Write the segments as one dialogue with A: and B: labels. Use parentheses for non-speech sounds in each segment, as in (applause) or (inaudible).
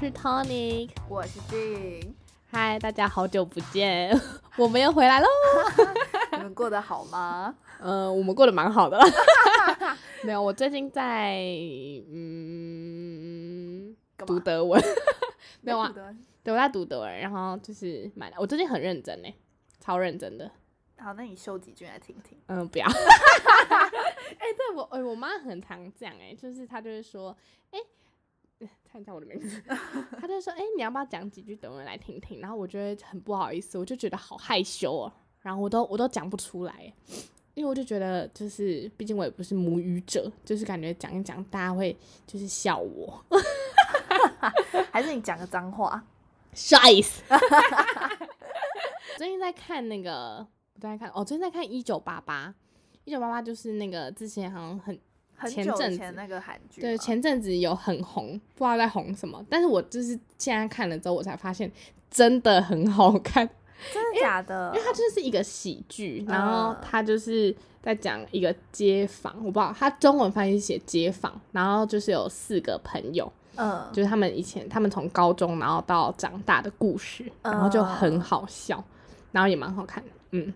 A: 是 Tonic，
B: 我是
A: (laughs)
B: Jane，
A: 嗨，大家好久不见， (laughs) 我们又回 (laughs) 来喽。
B: 你们过得好吗？
A: 嗯、我们过得蛮好 (laughs) 的啦。没有，我最近在嗯
B: 干
A: 读
B: 嘛？
A: 德文， (laughs) 没有啊
B: 读，的。
A: 对，我在读德文，然后就是买了。我最近很认真呢，欸超认真的。
B: 好，那你秀几句来听听。
A: 嗯，不要。哎、对我， (laughs) 哎、我妈很常讲，哎，就是她就会说，哎、看一下我的名 (laughs) 字，她就会说，哎、你要不要讲几句德文来听听？然后我就会很不好意思，我就觉得好害羞哦、然后我都我都讲不出来欸，因为我就觉得就是，毕竟我也不是母语者，就是感觉讲一讲大家会就是笑我，
B: 还是你讲个脏话？
A: 笑死。 (laughs) 最近在看那个，我最近在看哦，最近在看《一九八八》，《一九八八》就是那个之前好像很
B: 很
A: 前
B: 久
A: 阵
B: 以
A: 子
B: 前那个韩剧吗，
A: 对，前阵子有很红，不知道在红什么，但是我就是现在看了之后，我才发现真的很好看，
B: 真的假的？
A: 因为它就是一个喜剧，
B: 嗯
A: 然后它就是在讲一个街坊，我不知道它中文翻译是写街坊，然后就是有四个朋友，
B: 嗯，
A: 就是他们以前他们从高中然后到长大的故事，然后就
B: 嗯
A: 很好笑，然后也蛮好看的，嗯，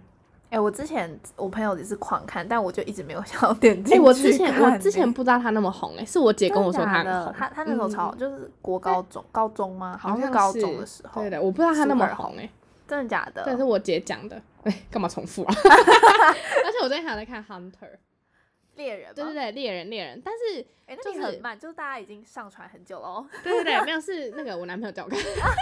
B: 哎、我之前我朋友也是狂看，但我就一直没有想要点进
A: 哎、
B: 去看、
A: 我之前我之
B: 欸
A: 前不知道他那么红、哎，是我姐跟我说
B: 真
A: 他
B: 的假
A: 很
B: 的
A: 红，
B: 他他那时候
A: 嗯
B: 超好、就是国高中高中吗？
A: 好
B: 像
A: 像
B: 是高中的时候，
A: 对的，我不知道他那么
B: super
A: 红、哎。
B: 真的假的？
A: 对，是我姐讲的。哎，干嘛重复啊？ (laughs) 而且我最近还有在看《Hunter》，
B: 猎人吗，
A: 对对对，猎人猎人，但是
B: 哎、那
A: 就
B: 你
A: 是
B: 很慢，就是大家已经上传很久了哦。
A: 对对对，没有是那个我男朋友叫我看， (laughs)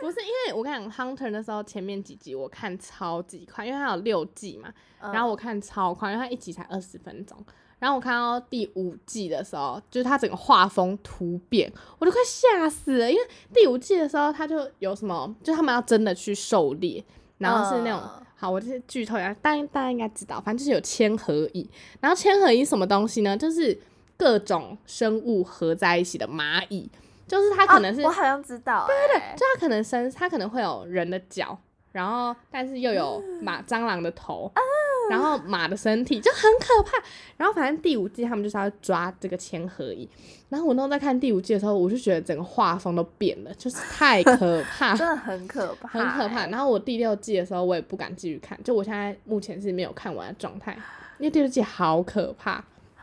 A: 不是因为我跟你讲《Hunter》那时候前面几集我看超级快，因为它有六季嘛，
B: 嗯
A: 然后我看超快，因为它一集才二十分钟。然后我看到第五季的时候，就是它整个画风突变，我都快吓死了。因为第五季的时候，它就有什么，就他们要真的去狩猎，然后是那种、
B: 嗯
A: 好，我这些剧透一下，大家大家应该知道，反正就是有铅合蚁。然后铅合蚁什么东西呢？就是各种生物合在一起的蚂蚁，就是它可能是、
B: 啊我好像知道、欸对对对，，
A: 就它可能身，它可能会有人的脚，然后但是又有马蟑螂的头，然后马的身体就很可怕。然后反正第五季他们就是要抓这个千合蚁。然后我那时候在看第五季的时候，我就觉得整个画风都变了，就是太可怕
B: (laughs) 真的很可怕、
A: 很可怕。
B: 欸
A: 然后我第六季的时候，我也不敢继续看，就我现在目前是没有看完的状态，因为第六季好可怕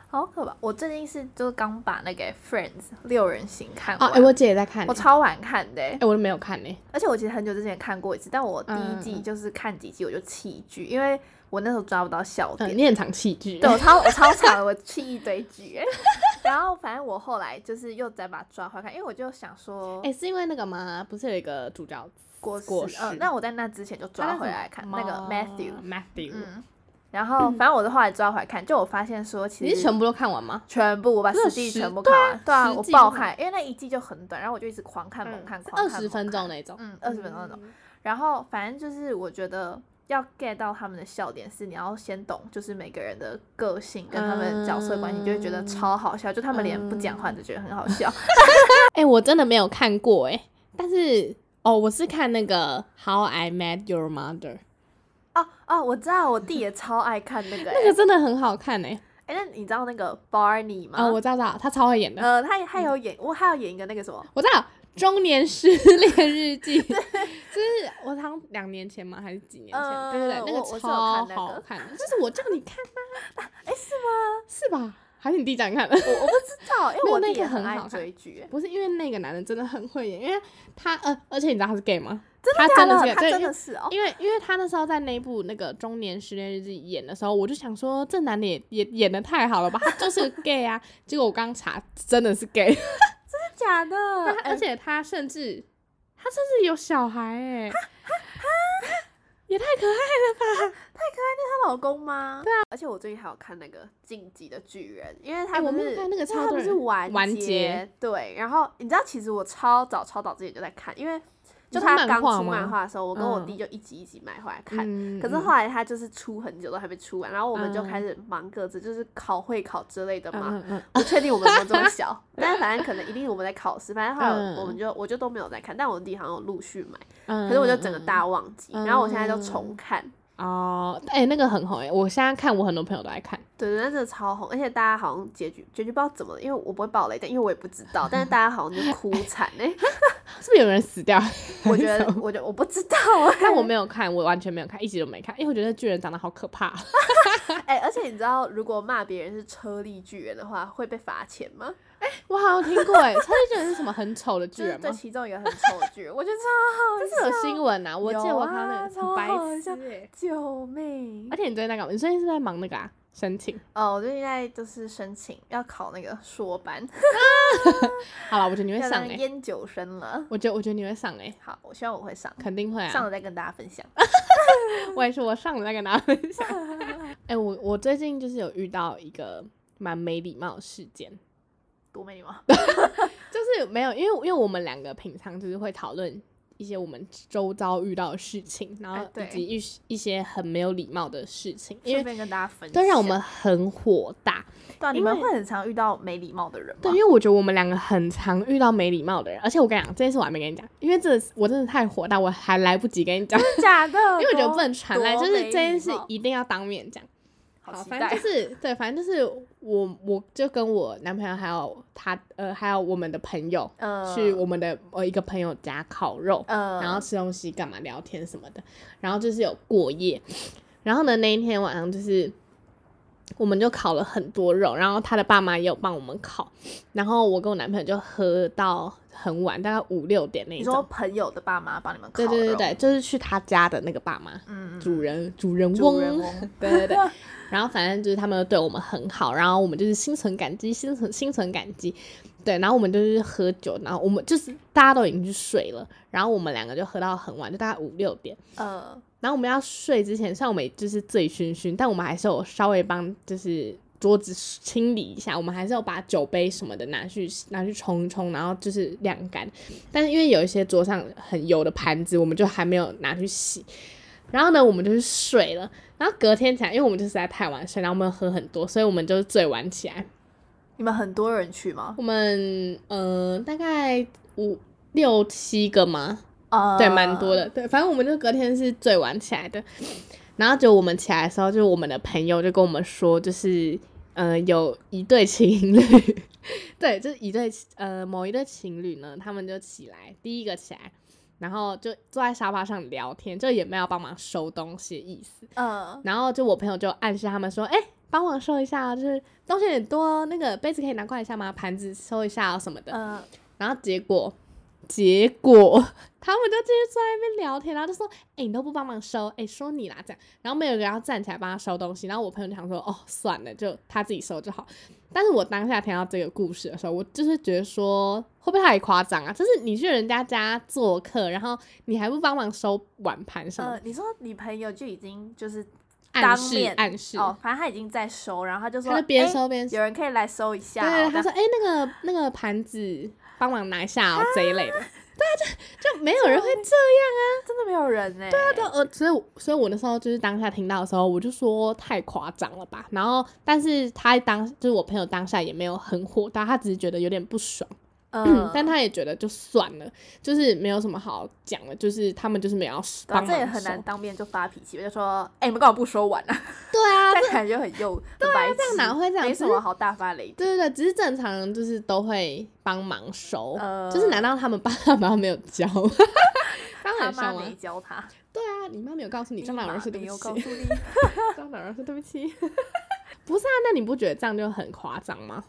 B: 好可怕！我最近是就是刚把那个《Friends》六人行看
A: 啊！
B: 完，
A: 哎、我姐也在看、
B: 我
A: 欸，
B: 超晚看的欸、
A: 哎、我都没有看呢、
B: 而且我其实很久之前看过一次，但我第一季
A: 嗯
B: 就是看几集我就弃剧，因为我那时候抓不到笑
A: 嗯、
B: 点。
A: 你很常弃剧， (laughs)
B: 对我超我超长的，我弃一堆剧欸。 (laughs) 然后反正我后来就是又再把它抓回来看，因为我就想说
A: 哎、是因为那个吗？不是有一个主角
B: 果实，
A: 果
B: 嗯、
A: 实
B: 那我在那之前就抓回来
A: 啊
B: 看那个 Matthew，
A: Matthew，、
B: 嗯，然后反正我就后来抓回来看，就我发现说其
A: 你
B: 实
A: 是全部都看完吗？
B: 全部我把
A: 不是
B: 十季
A: 十
B: 全部看完，对啊，
A: 十
B: 我
A: 季
B: 爆
A: 都看
B: 看，因为那一季就很短，然后我就一直狂看猛看，狂
A: 二
B: 看
A: 十
B: 猛
A: 分钟
B: 看，
A: 那种，
B: 嗯，二十分钟那种。然后反正就是我觉得要 get 到他们的笑点是你要先懂，就是每个人的个性跟他们的角色关系，你就会觉得
A: 嗯
B: 超好笑。就他们连不讲话你就觉得很好笑。
A: 哎、我真的没有看过哎、但是哦，我是看那个《How I Met Your Mother》，
B: (laughs) 哦哦，我知道，我弟也超爱看 (laughs) 那个、
A: (laughs) 那个
B: 欸。
A: 真的很好看哎、
B: 哎、那你知道那个 Barney 吗？
A: 啊、我知道，知道，他嗯超会演的。
B: 呃，他也他有演，我他有演一个那个什么，
A: 我知道《中年失恋日
B: (laughs)
A: 记》，就是我好像两年前嘛，还是几年前？
B: 呃
A: 对对对，那
B: 我
A: 个
B: 我是
A: 超
B: 有看那个
A: 好看的，就是我叫你看啊，
B: (laughs) 哎、是吗？
A: 是吧？还是你弟讲看？
B: 我我不知道，因
A: 没
B: 为
A: 有
B: 我弟
A: 那个
B: 也很
A: 很
B: 爱
A: 好看
B: 追剧、
A: (laughs)
B: 欸。
A: 不是因为那个男的真的很会演，因为他呃，而且你知道他是 gay 吗？他
B: 真
A: 真
B: 的
A: 的是
B: 假
A: gay，
B: 的，他
A: 对
B: 真
A: 因
B: 的
A: 为
B: 是哦，
A: 因为因为他那时候在那一部那个《中年失恋日记》演的时候，我就想说这男的也也演的太好了吧，他就是个 gay 啊。结果我刚查，真的是 gay，
B: 真的假的？
A: 但他
B: 哎
A: 而且他甚至他甚至有小孩哎、也太可爱。
B: 她老公吗？对啊，而且我最近还有看那个《晋级的巨人》，因为他
A: 哎
B: 不
A: 我
B: 是、
A: 没有看那个
B: 因为
A: 超
B: 他
A: 多
B: 不是
A: 人
B: 完
A: 完
B: 结
A: 结
B: 对，然后你知道，其实我超早超早之前就在看，因为就
A: 你是
B: 他
A: 漫
B: 刚
A: 画
B: 出
A: 吗
B: 漫画的时候，我跟我
A: 嗯
B: 弟就一集一集买回来看。
A: 嗯
B: 可是后来他就是出很久都还没出完，然后我们就
A: 嗯
B: 开始忙各自，就是考会考之类的嘛。
A: 嗯嗯
B: 不确定我们有没有这
A: (laughs)
B: 么小，但是反正可能一定我们在考试。反正后来
A: 嗯
B: 我们就我就都没有在看，但我弟好像有陆续买，
A: 嗯，
B: 可是我就整个大忘记。
A: 嗯
B: 然后我现在就重看，
A: 哦，哎、那个很红哎、我现在看我很多朋友都在看，
B: 对对，那真的超红，而且大家好像结局结局不知道怎么了，因为我不会爆雷，但因为我也不知道，但是大家好像就哭惨
A: (laughs)
B: 哎、
A: 是不是有人死掉？ (laughs)
B: 我觉得，我觉得我不知道哎、
A: 但我没有看，我完全没有看，一集都没看，因为我觉得巨人长得好可怕。
B: (laughs)
A: (laughs)
B: 哎、而且你知道，如果骂别人是车力巨人的话，会被罚钱吗？
A: 我好像听过哎、欸，超级巨人是什么很丑的巨
B: 就是
A: 人
B: 对
A: 吗？
B: 其中一个很丑的巨人，我觉得
A: (laughs)
B: 超好
A: 这是有新闻呐、啊，我记得我看到那个
B: 有
A: 很
B: 啊
A: 白
B: 超好
A: 痴啊
B: 笑
A: 哎、
B: 救命
A: 而！且你最近在干嘛？你最近是在忙那个啊申请？
B: 哦，我最近在就是申请要考那个硕班，
A: 好了，我觉得你会
B: 要
A: 上
B: 当
A: 哎、
B: 烟酒生了。
A: 我觉得我觉得你会上哎、
B: 好，我希望我会上，
A: 肯定会
B: 上
A: 啊！
B: 了再跟大
A: (laughs)
B: 家分享。
A: 我也是，我上了再跟大家分享。哎、我我最近就是有遇到一个蛮没礼貌的事件，
B: 多没礼貌！
A: 就是没有，因为因为我们两个平常就是会讨论一些我们周遭遇到的事情，然
B: 哎
A: 后以
B: 对
A: 及一些一些很没有礼貌的事情，因
B: 顺
A: 为
B: 便跟大家分享，
A: 都让我们很火大。
B: 对啊、你
A: 因
B: 们
A: 为
B: 会很常遇到没礼貌的人吗？
A: 对，因为我觉得我们两个很常遇到没礼貌的人，而且我跟你讲，这件事我还没跟你讲，因为这我真的太火大，我还来不及跟你讲， (laughs)
B: 真 (laughs) 假的，
A: 因
B: 因
A: 为我觉得不能传来，
B: 多
A: 就是这
B: 没
A: 件
B: 礼
A: 事
B: 貌
A: 一定要当面讲。
B: 好期
A: 反正
B: 待
A: 就。是对，反正就是我，我就跟我男朋友还有他，呃，还有我们的朋友，
B: 嗯
A: 去我们的呃一个朋友家烤肉，
B: 嗯，
A: 然后吃东西干嘛聊天什么的，然后就是有过夜，然后呢那一天晚上就是。我们就烤了很多肉，然后他的爸妈也有帮我们烤，然后我跟我男朋友就喝到很晚，大概五六点那一
B: 你说
A: 种。
B: 朋友的爸妈帮你们
A: 对
B: 烤肉，
A: 对对对，就是去他家的那个爸妈，
B: 嗯，嗯，
A: 主人主人翁，
B: 主人翁
A: 对对对。然后反正就是他们对我们很好，然后我们就是心存感激，心存心存感激。对，然后我们就是喝酒，然后我们就是大家都已经去睡了，然后我们两个就喝到很晚，就大概五六点。
B: (laughs) 呃，
A: 然后我们要睡之前，虽然我们也就是醉醺醺，但我们还是有稍微帮就是桌子清理一下，我们还是要把酒杯什么的拿去拿去冲一冲，然后就是晾干。但是因为有一些桌上很油的盘子，我们就还没有拿去洗。然后呢，我们就去睡了。然后隔天起来，因为我们就实在太晚睡，然后我们喝很多，所以我们就最晚起来。
B: 你们很多人去吗？
A: 我们呃大概五六七个吗？
B: 啊，
A: 对，蛮多的。对，反正我们就隔天是最晚起来的。然后就我们起来的时候，就是我们的朋友就跟我们说，就是呃，有一对情侣， (laughs) 对，就是一对呃某一对情侣呢，他们就起来，第一个起来，然后就坐在沙发上聊天，就也没有帮忙收东西的意思。
B: 嗯，
A: 然后就我朋友就暗示他们说，哎、帮忙收一下哦，就是东西有点多哦，那个杯子可以拿过来一下吗？盘子收一下哦什么的。
B: 嗯，
A: 然后结果，结果他们就继续坐在那边聊天，然后就说：“哎、你都不帮忙收，哎、说哎你啦这样。”然后没有人要站起来帮他收东西。然后我朋友就想说：“哦，算了，就他自己收就好。”但是我当下听到这个故事的时候，我就是觉得说，会不会太夸张啊？就是你去人家家做客，然后你还不帮忙收碗盘什么
B: 呃
A: 的，，
B: 你说你朋友就已经就是
A: 暗
B: 呃当
A: 示
B: 面
A: 暗示，
B: 哦，反正他已经在收，然后他就说
A: 他就边
B: 哎
A: 收边收
B: 有人可以来收一下
A: 对
B: 哦，
A: 对，他
B: 这
A: 说：“
B: 样
A: 哎、那个那个盘子，帮忙拿一下
B: (laughs)
A: 哦、这一类的。”对啊，就就没有人会这
B: 真的没有人呢，对啊
A: 对，呃，所以我所以我那时候就是当下听到的时候，我就说太夸张了吧。然后，但是他当就是我朋友当下也没有很火大，他只是觉得有点不爽，
B: 嗯，
A: 啊 (clears throat) 但他也觉得就算了，就是没有什么好讲的，就是他们就是没有要
B: 对啊
A: 帮忙
B: 这也很难
A: 收。
B: 当面就发脾气，我就说，哎，你们干嘛不收完啊？
A: 对啊，
B: 但感觉很幼，对啊，
A: 这样哪会这样
B: 没
A: 只
B: 什
A: 是
B: 么好大发雷霆。
A: 对对对，只是正常人就是都会帮忙收，
B: 呃
A: 啊就是难道 (laughs) 他们爸妈没有教
B: (laughs)
A: 吗？当
B: 他
A: 然
B: 妈
A: 收
B: 没
A: 啊，
B: 教他，
A: 对啊，你妈没有告诉你，
B: 你
A: 张老
B: 妈
A: 师对
B: 没
A: 不
B: 有
A: 起 (laughs)
B: 告。诉你， (laughs)
A: 张老师，对不起。 (laughs) 不是啊，那你不觉得这样就很夸张吗？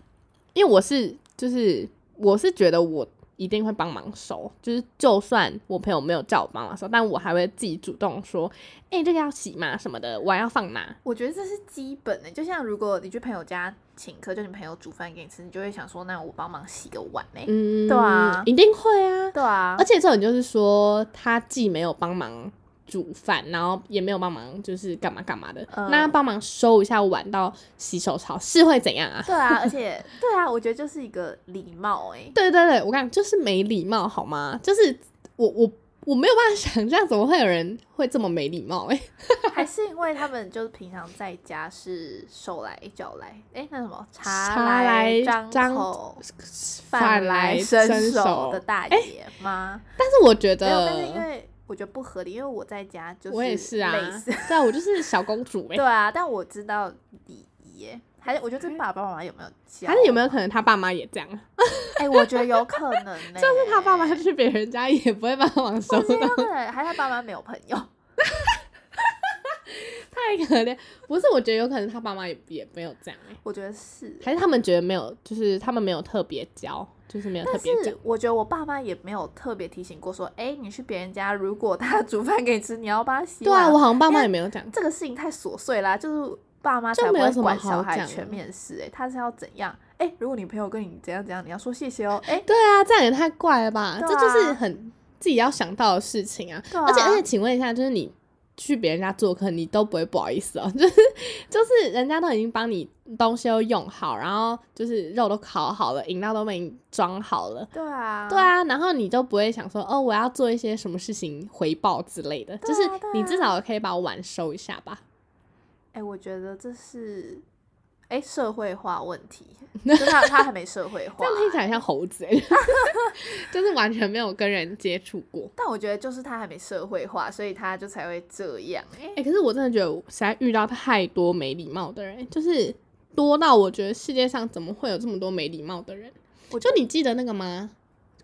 A: 因为我是就是我是觉得我一定会帮忙收，就是就算我朋友没有叫我帮忙收，但我还会自己主动说，哎、这个要洗吗？什么的，碗要放哪？
B: 我觉得这是基本的、就像如果你去朋友家请客，就你朋友煮饭给你吃，你就会想说，那我帮忙洗个碗呢、
A: 嗯，
B: 对啊
A: 一定会啊。
B: 对啊
A: 而，且这种就是说，他既没有帮忙煮饭，然后也没有帮忙就是干嘛干嘛的，
B: 嗯
A: 那帮忙收一下碗到洗手槽是会怎样啊？
B: 对啊，而且对啊，我觉得就是一个礼貌哎、
A: 对对对，我跟你讲，就是没礼貌好吗？就是我我我没有办法想象，怎么会有人会这么没礼貌、
B: (laughs)
A: 欸？哎，
B: 还是因为他们就是平常在家是手来脚来，哎、那什么茶
A: 茶来
B: 来
A: 张
B: 张口，
A: 饭来
B: 来
A: 伸
B: 伸
A: 手
B: 的大
A: 哎
B: 爷吗？
A: 但是我觉
B: 没有，但是
A: 得
B: 因为我觉得不合理，因为我在家就是
A: 我也是啊
B: 类
A: (laughs)
B: 似，
A: 对啊，我就是小公主
B: (laughs)
A: 哎、
B: 对啊，但我知道礼仪耶，还是我觉得这爸爸妈妈有没有教？
A: 还是有没有可能他爸妈也这样？
B: 哎、我觉得有可能呢、
A: (laughs) 就是他爸妈去别人家也不会帮忙收
B: 我觉得有可能，还是他爸妈没有朋友。
A: 太可怜。不是，我觉得有可能他爸妈也也没有这样哎、
B: 我觉得是欸，
A: 还是他们觉得没有，就是他们没有特别教，就是没有特
B: 但
A: 别讲
B: 是。我觉得我爸妈也没有特别提醒过说，哎、你去别人家，如果他煮饭给你吃，你要帮他洗
A: 对啊，
B: 碗
A: 我好像爸妈也没有讲。
B: 这个事情太琐碎啦，就是爸妈
A: 这
B: 才不
A: 没有
B: 会
A: 什么
B: 管
A: 好
B: 小孩
A: 讲
B: 全
A: 的
B: 面试、欸，哎，他是要怎样？哎、如果你朋友跟你怎样怎样，你要说谢谢哦、
A: (laughs)
B: 哎、
A: 对啊，这样也太怪了吧？
B: 对
A: 这就是
B: 啊
A: 很自己要想到的事情啊。
B: 对啊，
A: 而且而且，请问一下，就是你去别人家做客，你都不会不好意思哦， (laughs) 就是就是人家都已经帮你东西都用好，然后就是肉都烤好了，饮料都为你装好了。
B: 对啊，
A: 对，啊，然后你都不会想说哦，我要做一些什么事情回报之类的，
B: 对
A: 就是
B: 啊对
A: 你至
B: 啊
A: 少可以把碗收一下吧。
B: 哎、我觉得这是哎、社会化问题， (laughs) 就他他还没社会
A: 这
B: 化
A: 样，听起来像猴子、 (laughs) 欸，就是完全没有跟人接触过。
B: 但我觉得就是他还没社会化，所以他就才会这样、
A: 哎、可是我真的觉得我实在遇到太多没礼貌的人，就是多到我觉得世界上怎么会有这么多没礼貌的人？
B: 我
A: 就你记得那个吗？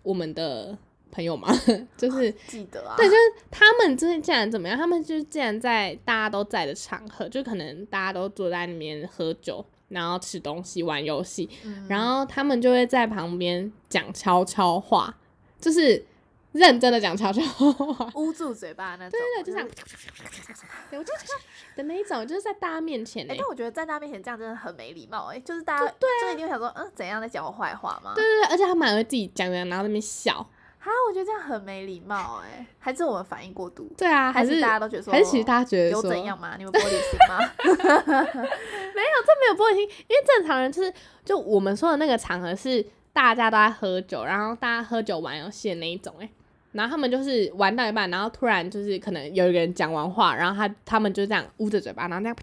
A: 我们的朋友吗？ (laughs) 就是
B: 记得啊，
A: 对，就是他们就是竟然怎么样？他们就是竟然在大家都在的场合，就可能大家都坐在那边喝酒，然后吃东西、玩游戏，
B: 嗯
A: 然后他们就会在旁边讲悄悄话，就是认真的讲悄悄话。
B: 捂住嘴巴那种，
A: 对对，就这样
B: 是，
A: 对我就 (laughs) 的那一种，就是在大家面前
B: 哎、
A: 呢、
B: 但我觉得在他面前这样真的很没礼貌、哎，就是大家对、就一定会想说，嗯，怎样在讲我坏话吗？
A: 啊对对对，而且他们还会自己讲讲，然后在那边笑。
B: 哈，我觉得这样很没礼貌哎、还是我们反应过度，
A: 对啊，
B: 还
A: 还是
B: 大家都觉得说，
A: 还是其实大家觉得
B: 有
A: 说
B: 怎样吗？你们玻璃心吗？ (laughs)
A: 没有玻璃心，因为正常人就是就我们说的那个场合是大家都在喝酒，然后大家喝酒玩游戏的那一种、欸，然后他们就是玩到一半，然后突然就是可能有一个人讲完话，然后他他们就这样捂着嘴巴，然后那样，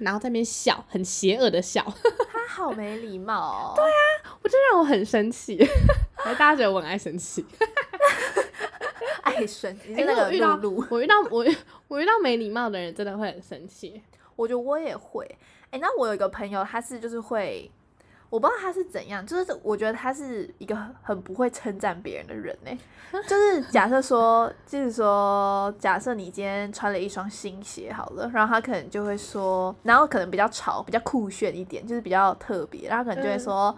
A: 然后在那边笑，很邪恶的笑， (laughs)
B: 他好没礼貌哦、对啊，
A: 我就让我很生气。 (laughs) 可是大家觉得我很爱生气，
B: 爱生，你
A: 欸
B: 是那
A: 那我
B: 个
A: 遇到
B: 露露，
A: 我遇到我我遇到没礼貌的人真的会很生气。
B: 我觉得我也会。哎、那我有一个朋友，他是就是会，我不知道他是怎样，就是我觉得他是一个很很不会称赞别人的人呢、就是假设说，就是说，假设你今天穿了一双新鞋好了，然后他可能就会说，然后可能比较潮、比较酷炫一点，就是比较特别，然后可能就会说，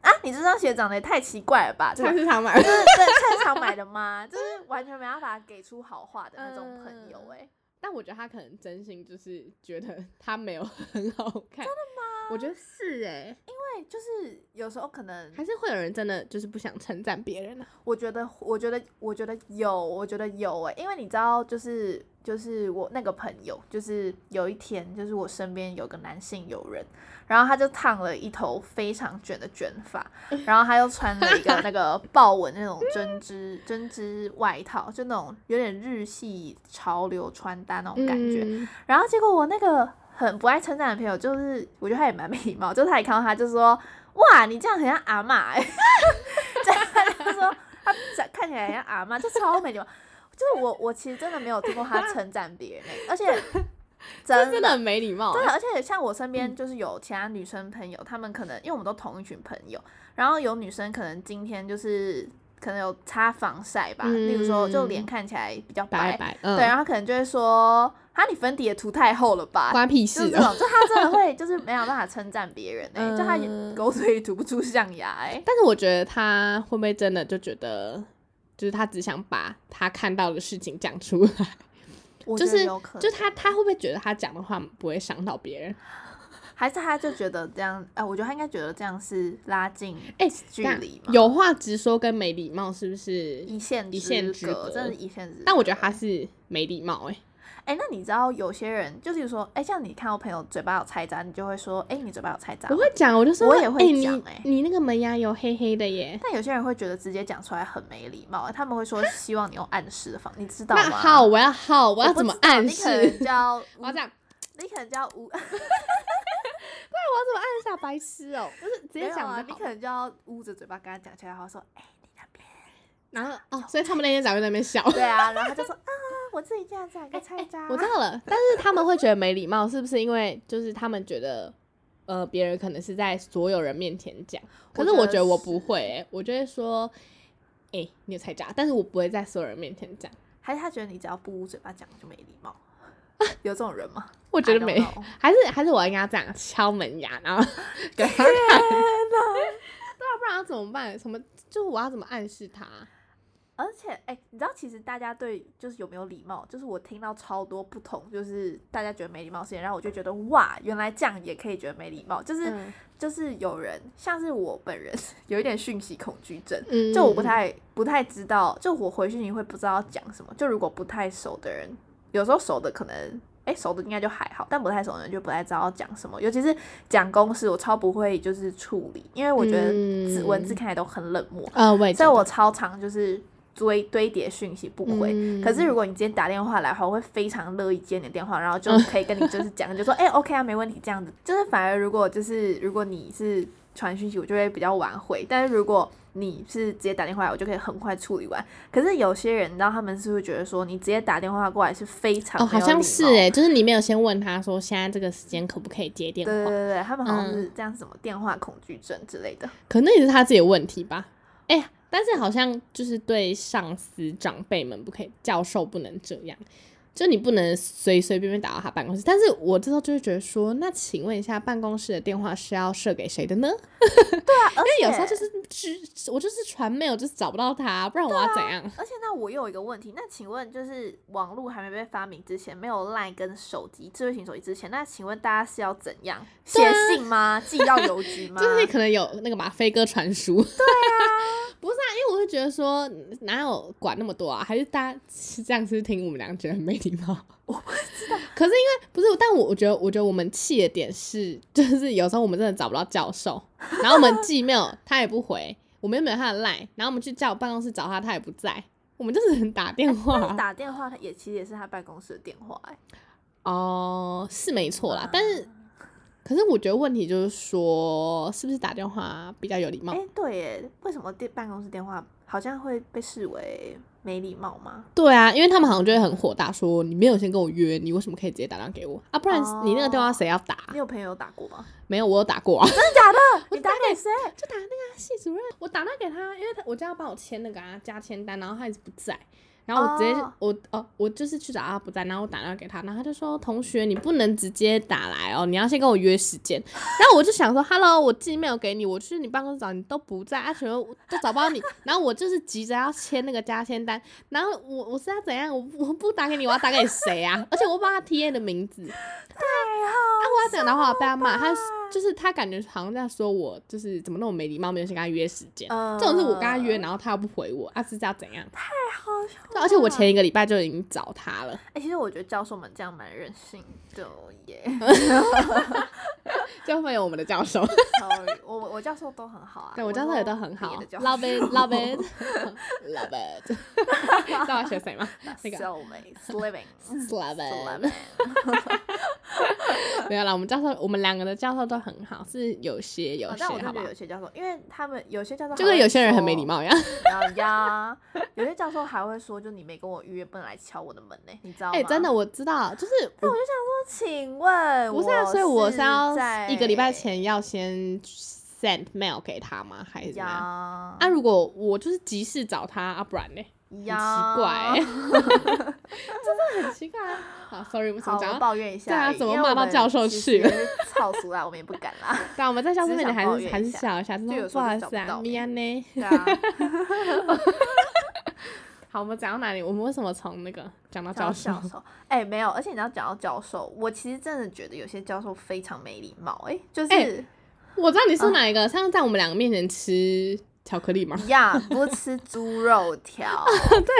B: 啊，你这双鞋长得也太奇怪了吧，这
A: 菜 (laughs)
B: 种
A: 市场买
B: 就是在菜场买的吗？就是完全没办法给出好话的那种朋友、欸，哎、
A: 但我觉得他可能真心就是觉得 (laughs) 他没有很好看。真的吗？我觉得是哎、
B: 因为就是有时候可能
A: 还是会有人真的就是不想称赞别人啊。
B: 我觉得，我觉得，我觉得有，我觉得有哎、因为你知道，就是就是我那个朋友，就是有一天，就是我身边有个男性友人，然后他就烫了一头非常卷的卷发，然后他又穿了一个那个豹纹那种针织针织外套，就那种有点日系潮流穿搭那种感觉，
A: 嗯
B: 然后结果我那个很不爱称赞的朋友，就是我觉得他也蛮没礼貌，就是他一看到他就说：“哇，你这样很像阿嬷欸。” (laughs) 他说他长看起来很像阿嬷，就超没礼貌。就是我我其实真的没有听过他称赞别人欸、而且
A: 这
B: 真
A: 真的很没礼貌
B: 真
A: 欸、
B: 的，而且像我身边就是有其他女生朋友，她们可能因为我们都同一群朋友，然后有女生可能今天就是可能有擦防晒吧，例如说就脸
A: 嗯
B: 看起来比较
A: 白白，嗯，
B: 对，然后他可能就会说：“哈，你粉底也涂太厚了吧？”
A: 关屁
B: 啊就是
A: 事
B: 这
A: 哦。
B: 种，就他真的会就是没有办法称赞别人哎、就他
A: 嗯
B: 狗嘴吐不出象牙哎、
A: 但是我觉得他会不会真的就觉得，就是他只想把他看到的事情讲出来，
B: 我
A: 就
B: 觉得
A: 是
B: 有可能
A: 就他他会不会觉得他讲的话不会伤到别人？
B: 还是他就觉得这样，哎、我觉得他应该觉得这样是拉近
A: 哎这
B: 距
A: 样
B: 离嘛，
A: 有话直说跟没礼貌是不是？
B: 一线
A: 一线之
B: 隔，
A: 隔
B: 真的是一线之隔。
A: 但我觉得他是没礼貌哎、
B: 哎、那你知道有些人就是说，哎、像你看我朋友嘴巴有菜渣，你就会说，哎、你嘴巴有菜渣
A: 我。会讲，我就说
B: 我也会
A: 欸
B: 讲欸
A: 你你那个门牙有黑黑的耶。
B: 但有些人会觉得直接讲出来很没礼貌，他们会说希望你用暗示的方，你知道
A: 那
B: 吗？
A: 好，我要好，我
B: 我
A: 要
B: 不
A: 怎么
B: 知道
A: 暗
B: 你可能
A: 示？ (laughs)
B: 叫
A: 我要这样，
B: 你可能叫无，
A: 我要怎么暗示啊？白痴哦、不是直
B: 没
A: 接
B: 有
A: 讲
B: 啊，
A: 的
B: 你可能就要捂着嘴巴跟他讲起来，然后说：“哎、你那边
A: 然后哦，所以他们那天才会在那边笑。 (laughs)
B: 对啊，然后他就说啊，我自己这样这啊样，给菜渣。
A: 哎我知道了，但是他们会觉得没礼貌，是不是因为就是他们觉得，呃，别人可能是在所有人面前讲，可是
B: 我
A: 我
B: 觉
A: 觉
B: 得
A: 得我
B: 是
A: 不会、欸，我就会说，哎、你有菜渣，但是我不会在所有人面前讲，
B: 还是他觉得你只要不捂嘴巴讲就没礼
A: (laughs)
B: 貌？有这种人吗？ (laughs)
A: 我觉
B: I
A: 得
B: don't
A: 没，
B: know
A: 还是还是我要跟他这样敲门牙，然后给他看，对啊，不然要怎么办？什么？就我要怎么暗示他？
B: 而且，哎、你知道，其实大家对就是有没有礼貌，就是我听到超多不同，就是大家觉得没礼貌的事情，然后我就觉得哇，原来这样也可以觉得没礼貌，就是、
A: 嗯
B: 就是有人像是我本人 (laughs) 有一点讯息恐惧症，
A: 嗯
B: 就我不太不太知道，就我回讯息会不知道讲什么，就如果不太熟的人，有时候熟的可能。哎，熟的应该就还好，但不太熟的人就不太知道讲什么，尤其是讲公式，我超不会就是处理，因为我觉得字文字
A: 嗯
B: 看起来都很冷漠，
A: 呃，我也
B: 所以
A: 觉
B: 我超常就是堆堆叠讯息不回。
A: 嗯
B: 可是如果你今天打电话来的话，我会非常乐意接你的电话，然后就
A: 嗯
B: 可以跟你就是讲，就说哎、OK 啊，没问题这样子。就是反而如果就是如果你是传讯息，我就会比较晚回；但是如果你是直接打电话来，我就可以很快处理完。可是有些人，你知道他们是会觉得说，你直接打电话过来是非常
A: 哦，好
B: 没有礼
A: 像
B: 貌
A: 是哎、就是你没有先问他说现在这个时间可不可以接电话，
B: 对对对对，他们好像
A: 嗯
B: 是这样什么电话恐惧症之类的。
A: 可能也是他自己的问题吧。哎、呀，但是好像就是对上司长辈们不可以，教授不能这样，就你不能随随便便打到他办公室。但是我这时候就会觉得说，那请问一下，办公室的电话是要设给谁的呢？
B: 因
A: 因为有时候就是只我就是传 mail 就是找不到他，不然我要怎样？
B: 而且那我又有一个问题，那请问就是网络还没被发明之前，没有 LINE 跟手机智慧型手机之前，那请问大家是要怎样写
A: 对啊
B: 信
A: (laughs)
B: 吗？寄到邮局吗？
A: 就是可能有那个嘛飞鸽传书。对啊， (laughs) 不是啊，因为我会觉得说哪有管那么多啊？还是大家是这样是不是听我们俩觉得很没礼貌？ (laughs) 我不知道。可是因为不是，但我我觉得我觉得我们气的点是，就是有时候我们真的找不到教 (laughs) 授，然后我们寄 mail 他也不回，我们又没有他的 line，然后我们去叫办公室找他，他也不在。我们就只能 (laughs) 打电话、
B: 但是打电话也其实也是他办公室的电话、欸，
A: 哦，是没错啦，
B: 啊
A: 但是，可是我觉得问题就是说，是不是打电话比较有礼貌？
B: 哎、对耶，为什么电办公室电话好像会被视为没礼貌吗？
A: 对啊，因为他们好像就会很火大说，你没有先跟我约，你为什么可以直接打电话给我啊？不然
B: 哦
A: 你那个电话谁要打？
B: 你有朋友有打过吗？
A: 没有，我有打过啊，
B: 真的假的？ (laughs) 你打
A: (laughs)
B: 给谁？
A: 就打那个啊系主任，我打那给他，因为他我叫他帮我签那个啊加签单，然后他一直不在。然后我直接、
B: 哦
A: 我哦，我就是去找他不在，然后我打电话给他，然后他就说：“同学，你不能直接打来哦，你要先跟我约时间。”然后我就想说：“Hello，我寄 mail 给你，我去你办公室找你都不在，啊，全部都找不到你。然后我就是急着要签那个加签单，然后我我是要怎样？我不我不打给你，我要打给谁啊？而且我帮他 TA 的名字，啊，我要讲的话被他骂，他就是他感觉好像在说我就是怎么那么没礼貌，没有先跟他约时间。
B: 嗯
A: 这种是我跟他约，然后他又不回我，啊是这样怎样？
B: 好笑
A: 对而且我
B: 啊
A: 前一个礼拜就已经找他了，
B: 哎、其实我觉得教授们这样蛮任性的耶。
A: 就没有我们的教授， (laughs)
B: Sorry，我我教授都很好啊，
A: 对我教授也都很好
B: 别的教
A: ，love it，love (laughs) it，love it，知道我学谁吗？那个
B: soulmates living
A: (laughs) love
B: eleven，
A: it，没有啦，我们教授，我们两个的教授都很好，是有些有
B: 啊
A: 些，
B: 但我就
A: 好
B: 觉
A: 吧
B: 得，有些教授，因为他们有些教授
A: 就跟有些人很没礼
B: 貌
A: 貌一样。
B: 啊呀，有些教授还会说，就你没跟我预约，不能来敲我的门呢、你知道吗？
A: 哎，真的，，我知道，就是我
B: 那请问
A: 不是啊，所以我是要
B: 呃在
A: 一个礼拜前要先 send mail 给他吗？还是怎么样？
B: 呀
A: 啊，如果我就是急事找他，啊，不然呢？ (laughs)
B: 呀，
A: 很奇怪 (laughs) 欸很奇怪啊！好，sorry，我
B: 好，
A: 想
B: 我们
A: 讲到，
B: 抱怨一下
A: 对啊
B: 而已，
A: 怎么
B: 因为
A: 骂
B: 我
A: 到
B: 们
A: 教授
B: 其
A: 去了 (laughs)
B: 实操俗啦，我们也不敢啦。
A: 但我们在校上面的还是
B: 只是想抱怨
A: 还是
B: 一下
A: 笑一下，真
B: 就
A: 的
B: 有时
A: 不
B: 候
A: 好意
B: 就找
A: 思
B: 不
A: 啊
B: 到，
A: 米安呢？ (laughs)
B: 对啊，
A: 好，我们讲到哪里？我们为什么从那个讲到教
B: 教
A: 授
B: 教？授，哎、没有，而且你要讲到教授，我其实真的觉得有些教授非常没礼貌、哎，就是、
A: 哎 (laughs) 我知道
B: 啊
A: 你说哪一个，上次在我们两个面前吃巧克力吗？ (laughs)
B: 呀，不吃猪肉条，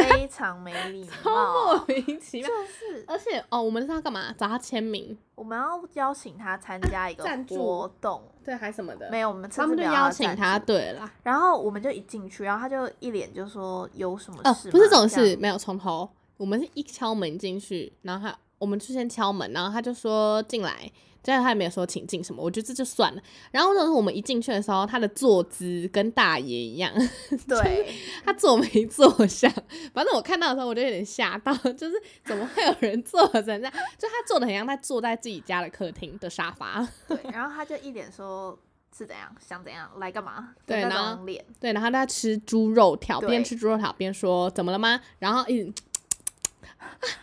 B: 非常没礼
A: 啊莫
B: 貌，
A: 名其妙。
B: 就是
A: 而且哦，我们是要干嘛？找他签名，
B: 我们要邀请他参加一个
A: 赞助
B: 活动，
A: 对，还什么的
B: 没有，我们
A: 他
B: 他
A: 们就邀请他，
B: 他赞助，
A: 对啦。
B: 然后我们就一进去，然后他就一脸就说有什么
A: 哦
B: 事、，
A: 不是这种
B: 样
A: 事，没有从头。我们是一敲门进去，然后他我们就先敲门，然后他就说进来，但他也没有说请进什么，我觉得这就算了。然后那时候我们一进去的时候，他的坐姿跟大爷一样， (laughs)
B: 对，
A: 他坐没坐相，反正我看到的时候我就有点吓到， (laughs) 就是怎么会有人坐成这样？就他坐的很像他坐在自己家的客厅的沙发， (laughs)
B: 对，然后他就一脸说是怎样，想怎样，来干嘛？就
A: 对然
B: 那
A: 后
B: 种脸，
A: 对，然后他在吃猪肉条，
B: 对
A: 边吃猪肉条边说怎么了吗？然后一直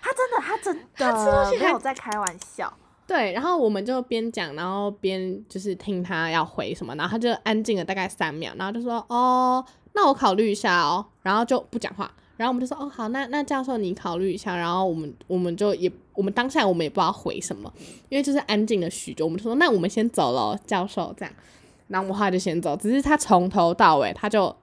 B: 他真的，他真的，
A: 吃东西
B: 没
A: 还
B: 有在开玩笑，
A: 对，然后我们就边讲，然后边就是听他要回什么，然后他就安静了大概三秒，然后就说哦，那我考虑一下哦，然后就不讲话。然后我们就说哦好，那那教授你考虑一下，然后我们我们就也我们当下我们也不知道回什么，因为就是安静了许久，我们就说那我们先走了，教授这样，然后我们后来就先走，只是他从头到尾他就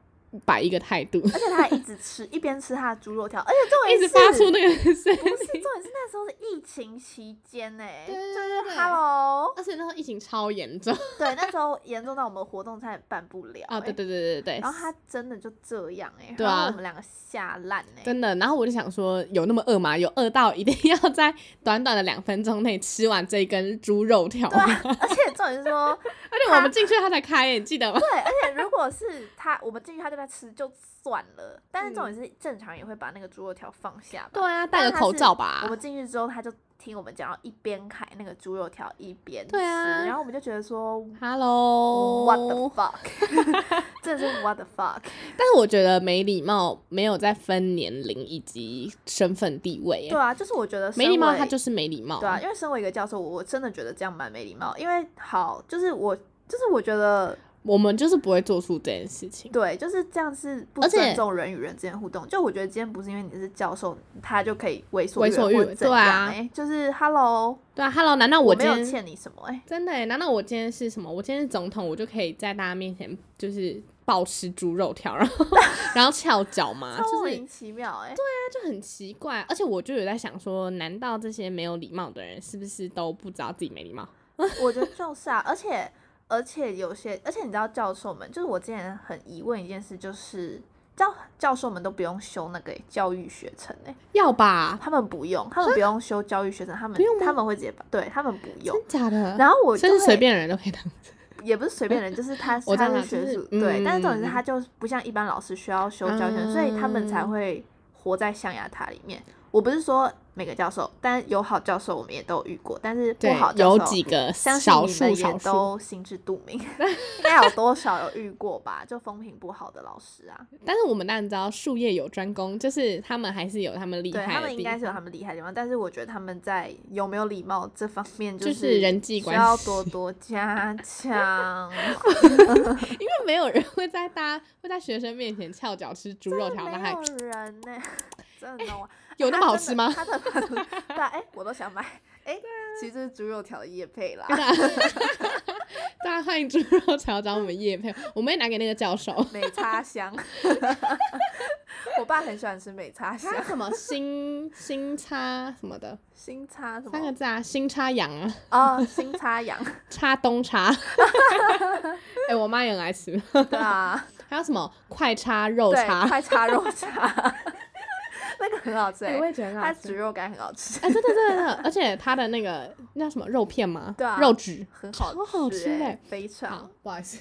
A: 摆一个态度，
B: 而且他还一直吃，一边吃他的猪肉条，而且重
A: 一
B: 点是
A: 直发出那个声
B: 不是
A: 音，
B: 重点是那时候是疫情期间呢、
A: 对对
B: 就是
A: 对
B: Hello，
A: 而且那时候疫情超严重
B: 对，那时候严重到我们活动差点办不了、
A: 啊、对
B: 欸
A: 对对对对，
B: 然后他真的就这样哎、欸，
A: 对
B: 然
A: 啊
B: 后我们两个吓烂哎，
A: 真的，然后我就想说，有那么饿吗？有饿到一定要在短短的两分钟内吃完这一根猪肉条
B: 对、
A: 吗？
B: 啊，而且重点是说，
A: (laughs) 而且我们进去他才开耶，你记得吗？
B: 对，而且如果是他，我们进去他就在吃就算了，但是重
A: 嗯
B: 点是正常也会把那个猪肉条放下吧，
A: 对啊，
B: 但
A: 戴个
B: 他
A: 口
B: 是
A: 罩吧
B: 我。们进去之后他就听我们讲，然后一边开那个猪肉条一边吃，
A: 对啊
B: 然后我们就觉得说
A: 哦
B: What the
A: Hello，
B: fuck？真 (laughs) 的是 What the
A: (laughs)
B: fuck？
A: 但是我觉得没礼貌没有在分年龄以及身份地位耶
B: 对，啊，就是我觉得
A: 没礼貌
B: 身为
A: 他就是没礼貌。
B: 对啊，因为身为一个教授，我我真的觉得这样蛮没礼貌。因为好，就是我就是我觉得
A: 我们就是不会做出这件事情。
B: 对，就是这样是不
A: 而且
B: 尊重人与人之间互动。就我觉得今天不是因为你是教授，他就可以为所
A: 为
B: 欲
A: 所
B: 为
A: 欲
B: 或
A: 为
B: 怎
A: 对啊
B: 样、欸就是 Hello，
A: 对啊，Hello，难道
B: 我
A: 今
B: 没有
A: 天
B: 欠你什么哎、欸
A: 真的耶？难道我今天是什么？我今天是总统，我就可以在大家面前就是暴吃猪肉条，然后 (laughs) 然后翘脚吗？
B: (laughs) 超
A: 啊就
B: 莫
A: 是
B: 名其妙哎、欸
A: 就很奇怪，啊而且我就有在想说，难道这些没有礼貌的人是不是都不知道自己没礼貌？
B: 我觉得就是啊，而且而且有些，而且你知道教授们，就是我之前很疑问一件事，就是教教授们都不用修那个欸教育学程哎、
A: 要吧？
B: 他们不用，他们不用修教育学程，他们
A: 不用吗
B: 他们会直接把对他们不用。
A: 真假的？
B: 然后我就
A: 甚至随
B: 会
A: 便人都可以当。
B: 也不是随便人，就是他
A: (laughs) 我知
B: 他
A: 道
B: 是
A: 啦就
B: 学
A: 是
B: 术对，但是重点
A: 嗯
B: 是他就不像一般老师需要修教育学程，所以他们才
A: 嗯
B: 会活在象牙塔里面。我不是说每个教授，但有好教授我们也都有遇过，但是不
A: 对
B: 好，教
A: 有
B: 授
A: 几个
B: 相信
A: 少
B: 你们
A: 数
B: 也
A: 少数，
B: 都心知肚明，应该有多少有遇过吧？就风评不好的老师啊，
A: 但是我们当然知道术业有专攻，就是他们还是有他们厉
B: 对他
A: 害的
B: 们
A: 地
B: 应该
A: 方。
B: 是有他们厉害的地方，但是我觉得他们在有没有礼貌这方面，
A: 就是是人际关
B: 需要
A: 系
B: 多
A: (laughs)
B: 多加强。
A: 因为没有人会在大家会在学生面前翘脚吃猪肉条，那
B: 没
A: 还哎
B: 有人呢、真的吗？
A: 有那么
B: 它
A: 好
B: 真
A: 吃
B: 的
A: 吗？啊
B: 它的对啊，哎、我都想买。哎、其实这是猪肉条的叶配啦，
A: 大家欢迎猪肉条找我们叶配，我们会拿给那个教授。
B: 美差
A: (laughs)
B: 香。我爸很喜欢吃美差香
A: 他，什么新新叉什么的
B: 新叉什
A: 三个
B: 么？
A: 字啊，新叉羊啊。
B: 哦，新叉
A: (laughs)
B: 羊，
A: 叉东叉， (laughs) 哎、我妈也很爱吃。
B: 对啊，
A: 还有什么快叉肉
B: 对，
A: 叉？
B: 快叉肉
A: (laughs)
B: 叉，那个很好吃、
A: 哎
B: 欸，
A: 也觉得很
B: 它煮。肉干很好吃，
A: 哎、真的真的真的，而且它的那个那叫什么肉片吗？
B: 对啊
A: 肉质
B: (laughs) 很好
A: 超好吃
B: 吃欸
A: 哎
B: 非常
A: 好。，不好意思，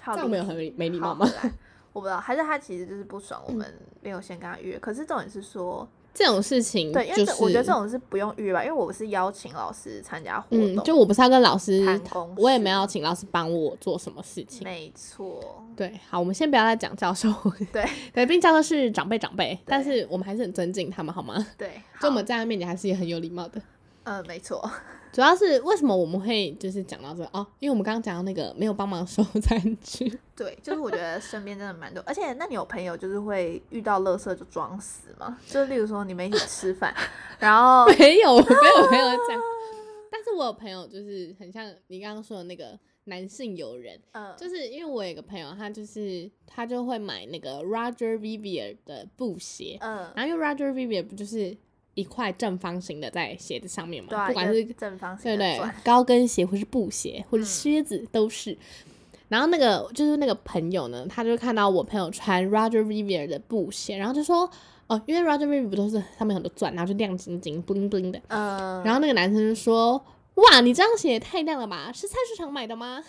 B: 好
A: 这样
B: 离
A: 没有
B: 题
A: 很没礼
B: 好
A: 貌吗？？嗯
B: 回来我不知道，还是他其实就是不爽我们没有先跟他约。可是重点是说，
A: 这种事情
B: 对，因为
A: 嗯就
B: 这
A: 是
B: 我觉得这种是不用预约吧，因为我是邀请老师参加活
A: 嗯，
B: 动，
A: 就我不是要跟老师
B: 谈公，
A: 我也
B: 事
A: 没有请老师帮我做什么事情。
B: 没错，
A: 对，好，我们先不要再讲教授，
B: (laughs) 对
A: (laughs) 对，毕竟教授是长辈长辈，但是我们还是很尊敬他们，好吗？
B: 对，
A: 就我
B: 好
A: 们在他面前还是也很有礼貌的。
B: 呃，没错， (laughs)
A: 主要是为什么我们会就是讲到这个哦？因为我们刚刚讲到那个没有帮忙收 (laughs) 餐具，
B: 对，就是我觉得身边真的蛮多，而且那你有朋友就是会遇到垃圾就装死吗？就是例如说你们一起吃饭，然后
A: (laughs) 没有，我没有朋友讲。但是我有朋友就是很像你刚刚说的那个男性友人，
B: 嗯，
A: 就是因为我有一个朋友，他就是他就会买那个 Roger Vivier 的布鞋，
B: 嗯，
A: 然后因为 Roger Vivier 不就是一块正方形的在鞋子上面嘛，
B: 对啊，
A: 不管
B: 一
A: 是
B: 个正方
A: 对
B: 形的
A: 对
B: 钻，，
A: 高跟鞋或是布鞋或者
B: 嗯
A: 靴子都是。然后那个就是那个朋友呢，他就看到我朋友穿 Roger Vivier 的布鞋，然后就说：“哦，因为 Roger Rabbit 不都是上面很多钻，然后就亮晶晶、布灵布灵的。
B: 嗯，
A: 然后那个男生就说：“哇，你这样写也太亮了吧？是菜市场买的吗？”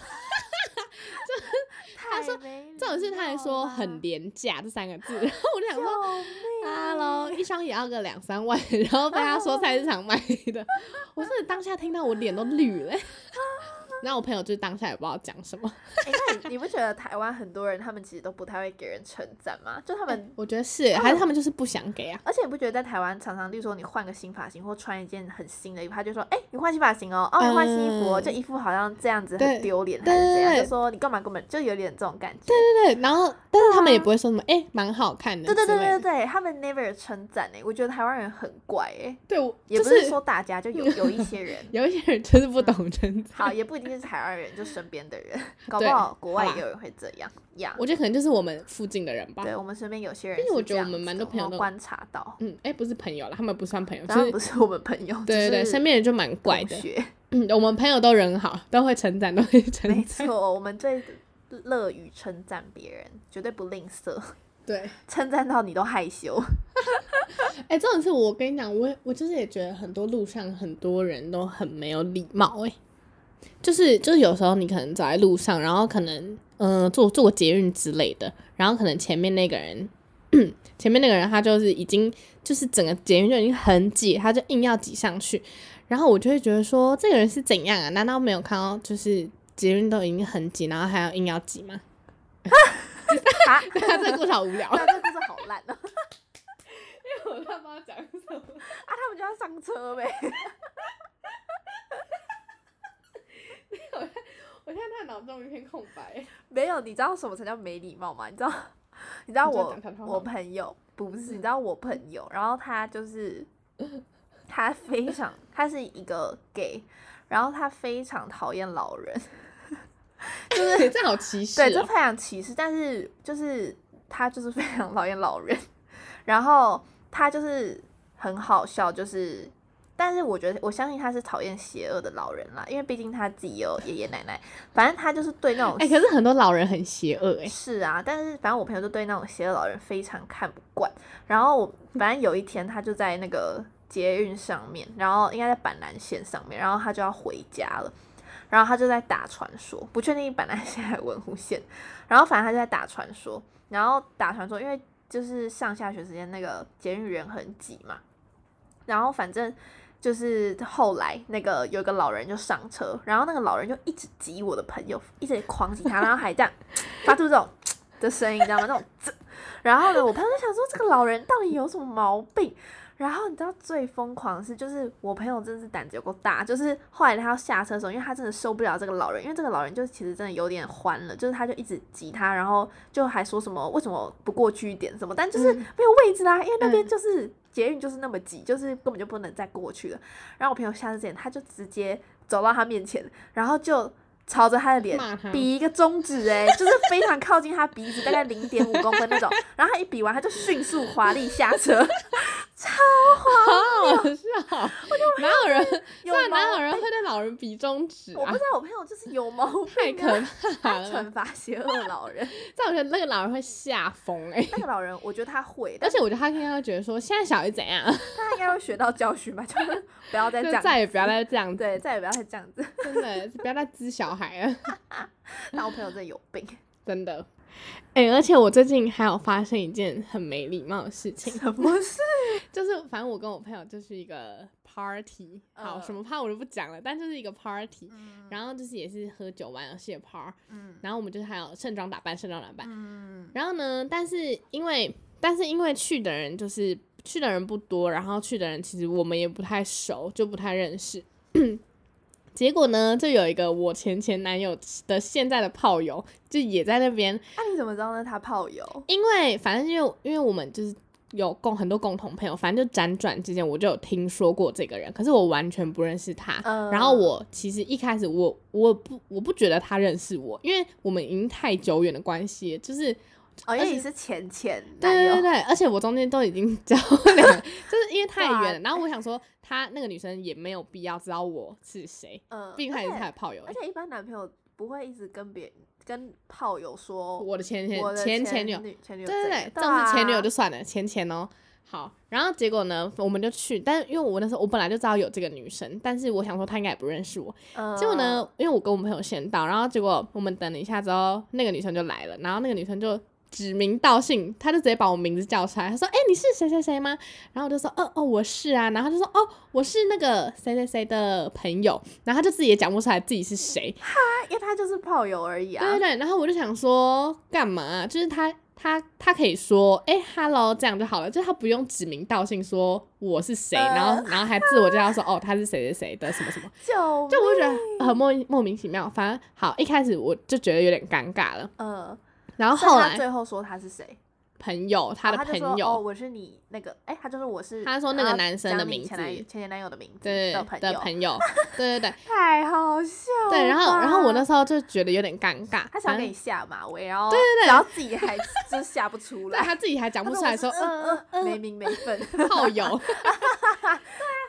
B: 他说，
A: 这种事他还说很廉价这三个字，然后我就想
B: 救
A: 说
B: 命啊！
A: ，Hello，一 (laughs) 双也要个两三万， (laughs) 然后被他说菜市场买的，我真的当下听到我脸都绿了欸。
B: 啊
A: (laughs) 然后我朋友就当下也不知道讲什么，
B: 哎、那你你不觉得台湾很多人他们其实都不太会给人称赞吗？就他们，嗯
A: 我觉得是，还是他们就是不想给啊。
B: 而且你不觉得在台湾常常，例如说你换个新发型或穿一件很新的衣服，他就说，哎、你换新发型哦，哦，你换新衣服哦，
A: 嗯
B: 这衣服好像这样子
A: 对
B: 很丢脸，还
A: 对
B: 是怎样？
A: 对对
B: 就说你干嘛根本就有点这种感觉。
A: 对对，然后但是他们也
B: 对啊
A: 不会说什么，哎、蛮好看的之
B: 对
A: 类的。
B: 对对对对，他们 never 有称赞哎，我觉得台湾人很怪哎、
A: 对，我
B: 也
A: 就
B: 不
A: 是，
B: 是说嗯大家，就有有一些人
A: 有一些人就是不懂称赞。
B: 好，也不一定是台湾人，就身边的
A: (laughs)
B: 人，搞不
A: 对
B: 好国外
A: 好啦
B: 也有人会这样呀。
A: 我觉得可能就是我们附近的人吧。
B: 对我们身边有些人
A: 毕
B: 是这样
A: 竟我觉得
B: 子的，
A: 我们蛮多朋友
B: 我
A: 都
B: 观察到，
A: 嗯，哎、不是朋友了，他们不算朋友，就
B: 当然
A: 是
B: 不是我们朋友，
A: 对对对，
B: 只是
A: 身边人就蛮怪
B: 同
A: 的。 (laughs)
B: 学
A: 嗯，我们朋友都人好，都会称赞，都会
B: 没
A: 称赞。
B: 错，我们最乐于称赞别人，绝对不吝啬，
A: 对，
B: 称赞到你都
A: (laughs)
B: 害羞。 (laughs)
A: 哎、这种事我跟你讲，我我就是也觉得很多路上很多人都很没有礼貌、哎，就是就是有时候你可能走在路上，然后可能嗯、呃坐坐个捷运之类的，然后可能前面那个人。 (clears throat) 前面那个人他就是已经就是整个捷运就已经很挤，他就硬要挤上去，然后我就会觉得说这个人是怎样啊？难道没有看到就是捷运都已经很挤，然后还要硬要挤吗？ (laughs)
B: 啊， (laughs)
A: 他这个故事好无 (laughs) 聊，
B: 那这故事好烂啊！
A: 我他妈讲什么？
B: 啊， (laughs) 他们就要上车呗。
A: 我现在他脑中一片空白。
B: 没有，你知道什么才叫没礼貌吗？你知道， (laughs) 你知道
A: 你就
B: 我
A: 讲悄嗯悄话
B: 我朋友不是，你知道我朋友，然后他
A: (laughs)
B: 就是他非常，他是一个 gay，然后他非常讨厌老人，
A: 对，这好歧视、
B: 对，这
A: 哦。
B: 非常歧视，但是就是他就是非常讨厌老人， (laughs) 然后他就是很好笑，就是。但是我觉得，我相信他是讨厌邪恶的老人啦，因为毕竟他自己也有爷爷奶奶，反正他就是对那种
A: 哎、可是很多老人很邪恶哎、
B: 是啊，但是反正我朋友就对那种邪恶老人非常看不惯。然后我反正有一天他就在那个捷运上面，然后应该在板南线上面，然后他就要回家了。然后他就在打传说，不确定板南线还是文湖线。然后反正他就在打传说，然后打传说，因为就是上下学时间那个捷运人很挤嘛。然后反正就是后来那个有一个老人就上车，然后那个老人就一直挤我的朋友，一直狂挤他，然后还这样发出这种的声音，你知道吗？那种啧。然后呢，我朋友就想说这个老人到底有什么毛病？然后你知道最疯狂的是，就是我朋友真的是胆子有够大，就是后来他要下车的时候，因为他真的受不了这个老人，因为这个老人就其实真的有点欢了，就是他就一直挤他，然后就还说什么为什么不过去一点什么，但就是
A: 嗯
B: 没有位置啦，因为那边
A: 嗯
B: 就是捷运就是那么挤，就是根本就不能再过去了。然后我朋友下车之前，他就直接走到他面前，然后就朝着他的脸
A: 骂他
B: 比一个中指、欸，哎，就是非常靠近他鼻子，大概零点五公分那种。然后他一比完，他就迅速华丽下车，
A: (laughs) 好好笑哦，哪有人，
B: 有
A: 那哪
B: 毛
A: 有人会对老人比中指
B: 我不
A: 啊
B: 知？道我朋友就是有毛
A: 太
B: 病、啊，
A: 可怕
B: 他
A: 了吧！
B: 惩罚邪恶老人。
A: 但我觉得那个老人会吓疯哎，
B: 那个老人，我觉得他会，
A: 而
B: 但是
A: 且我觉得他应该会觉得说，现在小孩怎样，
B: 他应该会学到教训吧， (laughs) 就是不要再这
A: 就
B: 样，
A: 再也不要再这样子，
B: 对，再也不要再这样子。
A: 真的不要再滋小孩了， (laughs)
B: 但我朋友真的有病，
A: 真的。哎、而且我最近还有发生一件很没礼貌的事情，
B: 什么事？
A: 就是反正我跟我朋友就是一个 party，好、
B: 嗯
A: 什么 party 我就不讲了，但就是一个 party，、然后就是也是喝酒玩游戏的 party，
B: (laughs) 嗯
A: 然后我们就是还有盛装打扮，盛装打扮。
B: 嗯
A: 然后呢，但是因为但是因为去的人就是去的人不多，然后去的人其实我们也不太熟，就不太认识。 (clears throat) 结果呢，就有一个我前前男友的现在的炮友，就也在那边，
B: 那、你怎么知道那是他炮友？
A: 因为反正因为因为我们就是有共很多共同朋友，反正就辗转之间我就有听说过这个人，可是我完全不认识他。
B: 嗯
A: 然后我其实一开始我我不我不觉得他认识我，因为我们已经太久远的关系了，就是
B: 哦，
A: 而
B: 因为
A: 且
B: 你是前前
A: 对
B: 男友，
A: 对对，而且我中间都已经交
B: (laughs)
A: 了，就是因为太
B: 哇
A: 远了。然后我想说，他那个女生也没有必要知道我是谁，
B: 嗯，
A: 毕竟她也是
B: 而且
A: 他的炮友
B: 而。且一般男朋友不会一直跟别跟炮友说
A: 我的前前
B: 我的
A: 前
B: 前
A: 女友，
B: 女前女
A: 对
B: 友怎
A: 对
B: 样，
A: 对，这
B: 啊
A: 种是前女友就算了，前前哦。好，然后结果呢，我们就去，但因为我那时候我本来就知道有这个女生，但是我想说她应该也不认识我。
B: 嗯
A: 结果呢，因为我跟我朋友先到，然后结果我们等了一下之后，那个女生就来了，然后那个女生就指名道姓，她就直接把我名字叫出来，她说：“哎、你是谁谁谁吗？”然后我就说：“哦哦，我是啊。”然后她就说：“哦，我是那个谁谁谁的朋友。”然后她就自己也讲不出来自己是谁。
B: 他因为他就是炮友而已啊，
A: 对对对，然后我就想说干嘛、啊就是他他他可以说哎、hello 这样就好了，就是他不用指名道姓说我是谁，然后
B: 呃
A: 然后还自我介绍说哦他是谁谁谁的什么什么，
B: 救
A: 就我就觉
B: 命
A: 得很莫莫名其妙。反正好一开始我就觉得有点尴尬了，
B: 嗯，
A: 然后
B: 所以
A: 后
B: 他
A: 来
B: 最后说他是谁，
A: 朋友他的
B: 哦就
A: 朋
B: 说
A: 友、
B: 哦，我是你那个，哎，他就说我是，
A: 他说那个
B: 然后
A: 男生的
B: 讲你
A: 名
B: 前男
A: 字
B: 前前男友的名字
A: 对
B: 的朋
A: 的
B: 友，
A: 朋友，对对对
B: 太 (laughs) 好笑了吧。
A: 对，然后然后我那时候就觉得有点尴尬，
B: 他
A: 反
B: 想给
A: 正
B: 你下马威，然后对对对，然后自己还就是下不出
A: 对 (laughs)
B: 来，
A: 他自己还讲
B: 他
A: 不出来
B: 我
A: 说
B: 是
A: 嗯
B: 嗯
A: 嗯
B: 嗯
A: 嗯
B: 没名没分，
A: (laughs) 炮友。对啊，